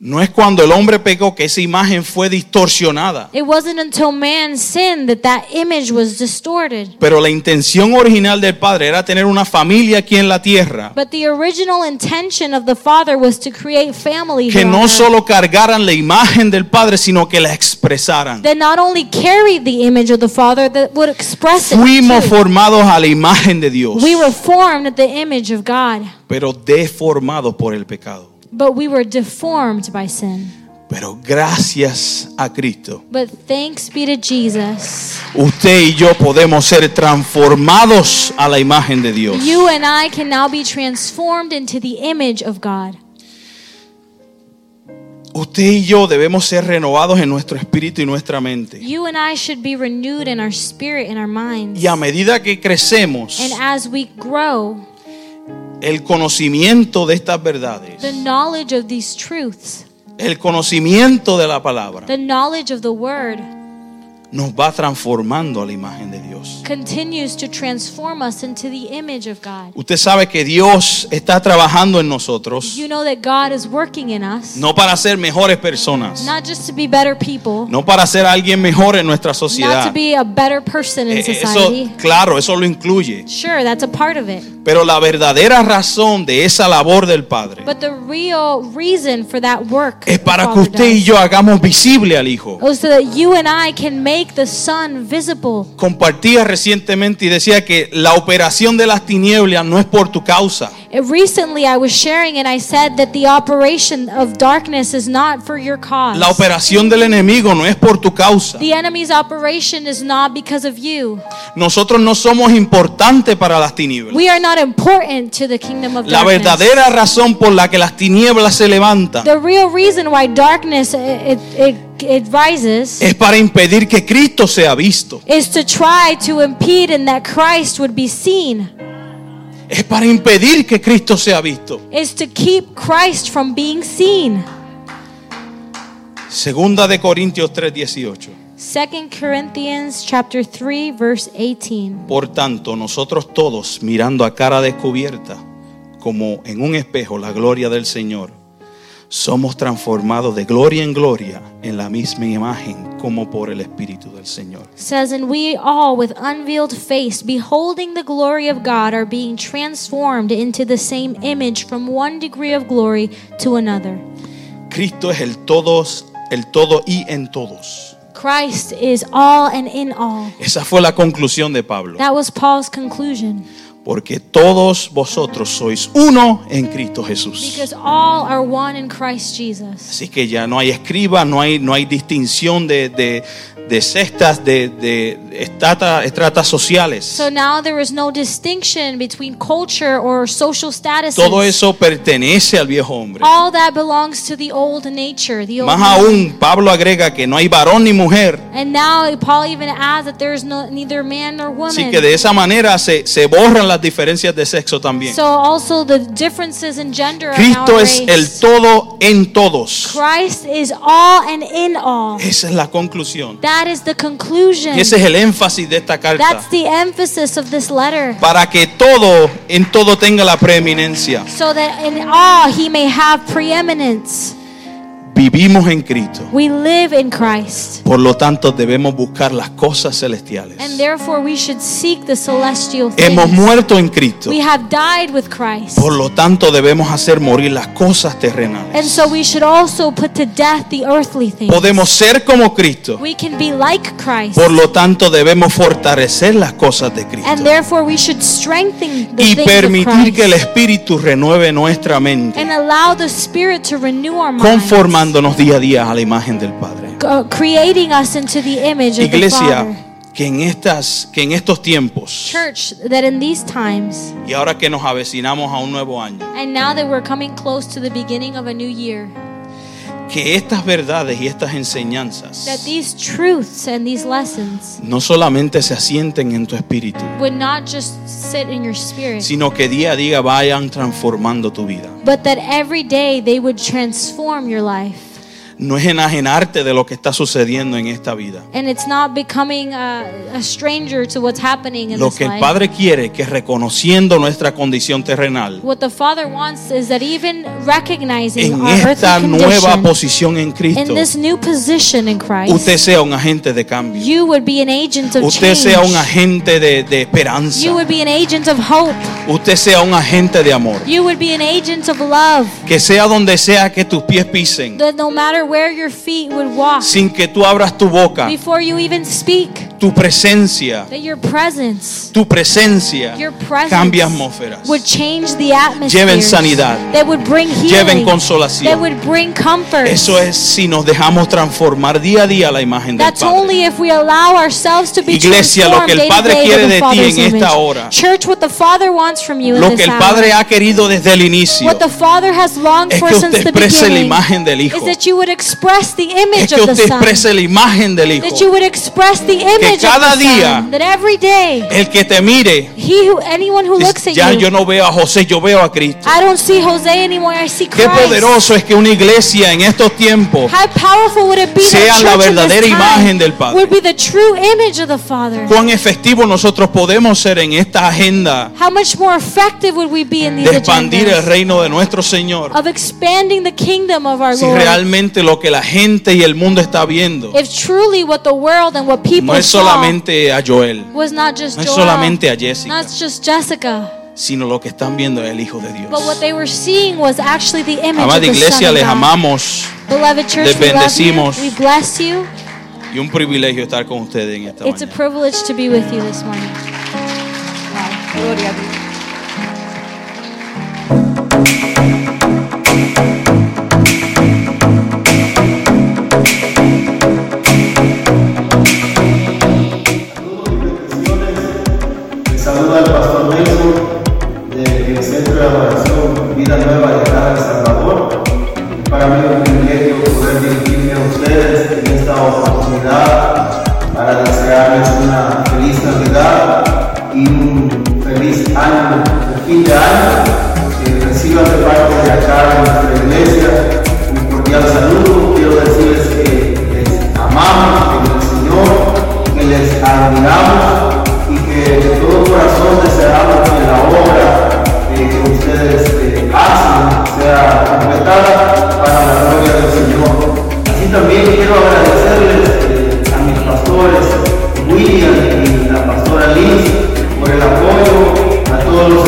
S2: No es cuando el hombre pecó que esa imagen fue distorsionada.
S1: It wasn't until man sinned that that image was distorted.
S2: Pero la intención original del Padre era tener una familia aquí en la tierra
S1: But the original intention of the Father was to create family
S2: que
S1: here on
S2: no
S1: earth
S2: solo cargaran la imagen del Padre, sino que la expresaran.
S1: that not only carried the image of the Father that would express it.
S2: Fuimos
S1: too.
S2: formados a la imagen de Dios,
S1: we were formed at the image of God,
S2: pero deformados por el pecado.
S1: but we were deformed by sin.
S2: Pero gracias a Cristo,
S1: But thanks be to Jesus.
S2: usted y yo podemos ser transformados a la imagen de Dios.
S1: You and I can now be transformed into the image of God.
S2: Usted y yo debemos ser renovados en nuestro espíritu y nuestra mente.
S1: You and I should be renewed in our spirit and our minds.
S2: Y a medida que crecemos,
S1: And as we grow,
S2: el conocimiento de estas verdades,
S1: the knowledge of these truths,
S2: El conocimiento de la palabra
S1: the knowledge of the word,
S2: nos va transformando a la imagen de Dios.
S1: continues to transform us into the image of God.
S2: Usted sabe que Dios está trabajando en nosotros,
S1: You know that God is working in us,
S2: no para ser mejores personas,
S1: not just to be better people,
S2: no para ser alguien mejor en nuestra
S1: not to
S2: sociedad.
S1: be a better person
S2: Eh,
S1: in
S2: Eso,
S1: society.
S2: claro, eso lo incluye.
S1: Sure, that's a part of it.
S2: Pero la verdadera razón de esa labor del Padre
S1: But the real reason for that work
S2: es
S1: the
S2: para que
S1: Father
S2: usted y
S1: does,
S2: yo hagamos visible al Hijo.
S1: oh, so that you and I can make the sun visible.
S2: Compartía recientemente y decía que la operación de las tinieblas no es por tu causa.
S1: Uh, Recently, I was sharing and I said that the operation of darkness is not for your cause.
S2: La operación del enemigo no es por tu causa.
S1: the enemy's operation is not because of you.
S2: Nosotros no somos importantes para las tinieblas.
S1: We are not important to the kingdom of
S2: La
S1: darkness.
S2: verdadera razón por la que las tinieblas se levantan
S1: the real reason why darkness it, it, it, it rises
S2: es para impedir que Cristo sea visto.
S1: is to try to impede and that Christ would be seen,
S2: Es para impedir que Cristo sea visto.
S1: is to keep Christ from being seen.
S2: Segunda de Corintios 3:18.
S1: 2 Corinthians chapter 3 verse 18.
S2: Por tanto, nosotros todos mirando a cara descubierta, como en un espejo la gloria del Señor, somos transformados de gloria en gloria en la misma imagen como por el Espíritu del Señor.
S1: says, And we all with unveiled face, beholding the glory of God, are being transformed into the same image from one degree of glory to another.
S2: Cristo es el todos, el todo y en todos.
S1: Christ is all and in all.
S2: Esa fue la conclusión de Pablo.
S1: That was Paul's conclusion.
S2: Porque todos vosotros sois uno en Cristo Jesús.
S1: Because all are one in Christ Jesus.
S2: Así que ya no hay escriba, no hay, no hay distinción de, de, de cestas, de, de estrata- estratas sociales.
S1: So now there is no distinction between culture or social statuses.
S2: Todo eso pertenece al viejo hombre.
S1: All that belongs to the old nature, the old
S2: Más
S1: man.
S2: aún, Pablo agrega que no hay varón ni mujer.
S1: And now Paul even adds that there is no, neither man nor woman.
S2: Así que de esa manera se, se borran las diferencias de sexo también.
S1: So also the differences in gender are now
S2: Cristo es el
S1: erased.
S2: todo en todos.
S1: Christ is all and in all.
S2: Esa es la conclusión.
S1: That is the conclusion.
S2: Y Eh. ese es el énfasis de esta
S1: That's
S2: carta.
S1: the emphasis of this letter.
S2: Para que todo en todo tenga la preeminencia.
S1: So that in all he may have preeminence.
S2: Vivimos en Cristo.
S1: We live in Christ.
S2: Por lo tanto, debemos buscar las cosas celestiales.
S1: And therefore we should seek the celestial
S2: Hemos
S1: things.
S2: muerto en Cristo.
S1: We have died with Christ.
S2: Por lo tanto, debemos hacer morir las cosas
S1: And
S2: terrenales.
S1: so we should also put to death the earthly things.
S2: Podemos ser como Cristo.
S1: We can be like Christ.
S2: Por lo tanto, debemos fortalecer las cosas de
S1: And
S2: Cristo
S1: therefore we should strengthen the
S2: y
S1: things of
S2: permitir que el
S1: Christ.
S2: Espíritu renueve nuestra mente,
S1: And allow the Spirit to renew our minds.
S2: conformándonos día a día a la imagen del Padre.
S1: uh, Creating us into the image of the Father.
S2: Iglesia, que en, estas, que en estos tiempos
S1: Church, that in these times,
S2: y ahora que nos avecinamos a un nuevo año,
S1: and now that we're coming close to the beginning of a new year,
S2: que estas verdades y estas
S1: that
S2: enseñanzas
S1: these truths and these lessons
S2: no solamente se asienten en tu espíritu,
S1: would not just sit in your spirit,
S2: sino que día a día vayan transformando tu vida.
S1: but that every day they would transform your life.
S2: No es enajenarte de lo que está sucediendo en esta vida.
S1: And it's not becoming a, a stranger to what's happening in
S2: Lo
S1: this
S2: que el
S1: life.
S2: Padre quiere que reconociendo nuestra condición terrenal,
S1: What the Father wants is that even recognizing
S2: en
S1: our
S2: esta
S1: earthly
S2: nueva
S1: condition,
S2: posición en
S1: in
S2: Cristo,
S1: this new position in Christ,
S2: usted sea un agente de cambio,
S1: you would be an agent of
S2: usted
S1: change.
S2: sea un agente de, de esperanza,
S1: you would be an agent of hope.
S2: usted sea un agente de amor.
S1: You would be an agent of love.
S2: Que sea donde sea que tus pies pisen,
S1: That no matter where your feet would walk,
S2: sin que tú abras tu boca,
S1: before you even speak,
S2: tu presencia,
S1: that your presence,
S2: tu presencia
S1: your presence
S2: cambia atmósferas,
S1: would change the atmosphere.
S2: Lleven sanidad.
S1: That would bring
S2: lleven
S1: healing. that
S2: consolación.
S1: would bring comfort.
S2: Eso es si nos dejamos transformar día a día la imagen del
S1: That's
S2: Padre.
S1: only if we allow ourselves to be
S2: Iglesia, lo
S1: transformed
S2: que el
S1: day to
S2: Padre
S1: day
S2: quiere
S1: to the
S2: de ti
S1: Father's
S2: en esta
S1: image.
S2: hora.
S1: Church, what the Father wants from you
S2: Lo
S1: in
S2: que
S1: this
S2: el
S1: hour,
S2: Padre ha querido desde el inicio
S1: what the Father has longed
S2: es
S1: for
S2: que
S1: since
S2: usted
S1: the
S2: exprese la
S1: beginning,
S2: imagen del Hijo.
S1: is that you would express the
S2: Es
S1: image
S2: que
S1: of the
S2: usted
S1: Son.
S2: exprese la imagen del
S1: that you
S2: Hijo.
S1: would express the image
S2: cada
S1: of the Son,
S2: día-
S1: that every day
S2: El que te mire,
S1: he who anyone who looks
S2: dice,
S1: at
S2: ya
S1: you
S2: yo no veo a José, yo veo a Cristo.
S1: I don't see Jose anymore I see
S2: Qué
S1: Ah, Christ
S2: poderoso es que una iglesia en estos tiempos
S1: how powerful would it be that
S2: sea la
S1: church in this
S2: verdadera
S1: time
S2: imagen del Padre.
S1: would be the true image of the Father
S2: cuán efectivos nosotros podemos ser en esta agenda
S1: how much more effective would we be in these
S2: de expandir el
S1: agendas
S2: reino de nuestro Señor
S1: of expanding the kingdom of our
S2: si
S1: Lord
S2: realmente lo que la gente y el mundo está viendo
S1: if truly what the world and what people
S2: no es solamente a Joel,
S1: saw was not just
S2: no es
S1: Joel,
S2: solamente a Jessica,
S1: not just Jessica
S2: sino lo que están viendo es el Hijo de
S1: but what
S2: Dios.
S1: they were seeing was actually the image of
S2: Amada
S1: the
S2: iglesia,
S1: Son of
S2: les
S1: God.
S2: amamos
S1: Beloved church,
S2: Les bendecimos.
S1: we love you. We bless you.
S2: y un privilegio estar con ustedes en esta
S1: It's a
S2: mañana.
S1: privilege to be with you this morning.
S3: Gloria a Dios.
S4: Les saluda el pastor Mason del Centro de Adoración Vida Nueva de Acá de Salvador. Para mí es un privilegio poder dirigirme a ustedes en esta oportunidad para desearles una feliz Navidad y un feliz año, un fin de año. Que reciban de parte de acá de nuestra iglesia un cordial saludo. Quiero decirles que les amamos en el Señor, que les admiramos y que de todo corazón deseamos que la obra eh, que ustedes eh, hacen sea completada para la eh, este año,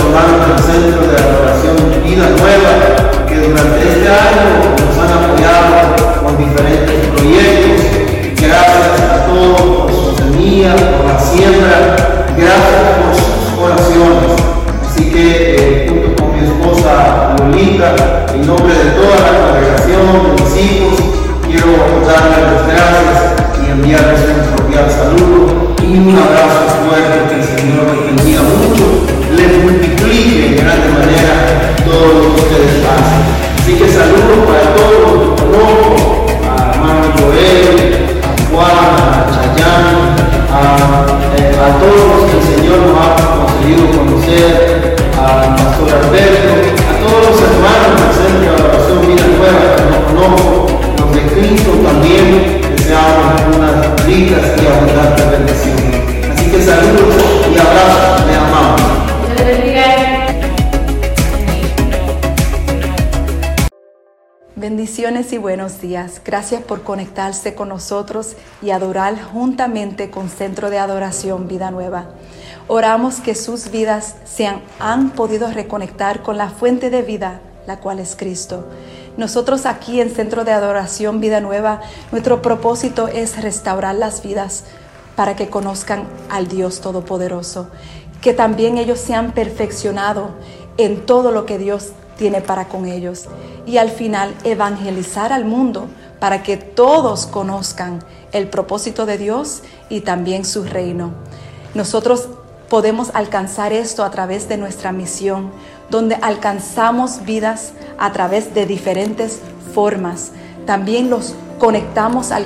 S4: por la siembra. Gracias por sus oraciones. Así que eh, junto con mi esposa Lolita, en nombre de toda la congregación, de mis hijos, quiero darles las gracias y enviarles un cordial saludo y un abrazo fuerte que el Señor les bendiga mucho, les multiplique en gran manera todo lo que ustedes hacen. Así que saludos para todos los que conozco, a hermano Joel, a Juan, a Chayán, a, eh, a todos los que el Señor nos ha conseguido conocer, a Pastor Alberto, a todos los hermanos del Centro de Oración Vida Nueva que nos conozco, los de Cristo también, deseamos unas ricas y abundantes bendiciones. Así que saludos y abrazos, les amamos.
S3: Bendiciones y buenos días. Gracias por conectarse con nosotros y adorar juntamente con Centro de Adoración Vida Nueva. Oramos que sus vidas sean han podido reconectar con la fuente de vida, la cual es Cristo. Nosotros aquí en Centro de Adoración Vida Nueva, nuestro propósito es restaurar las vidas para que conozcan al Dios Todopoderoso, que también ellos sean perfeccionados en todo lo que Dios tiene para con ellos y al final evangelizar al mundo para que todos conozcan el propósito de Dios y también su reino. Nosotros podemos alcanzar esto a través de nuestra misión, donde alcanzamos vidas a través de diferentes formas. También los conectamos al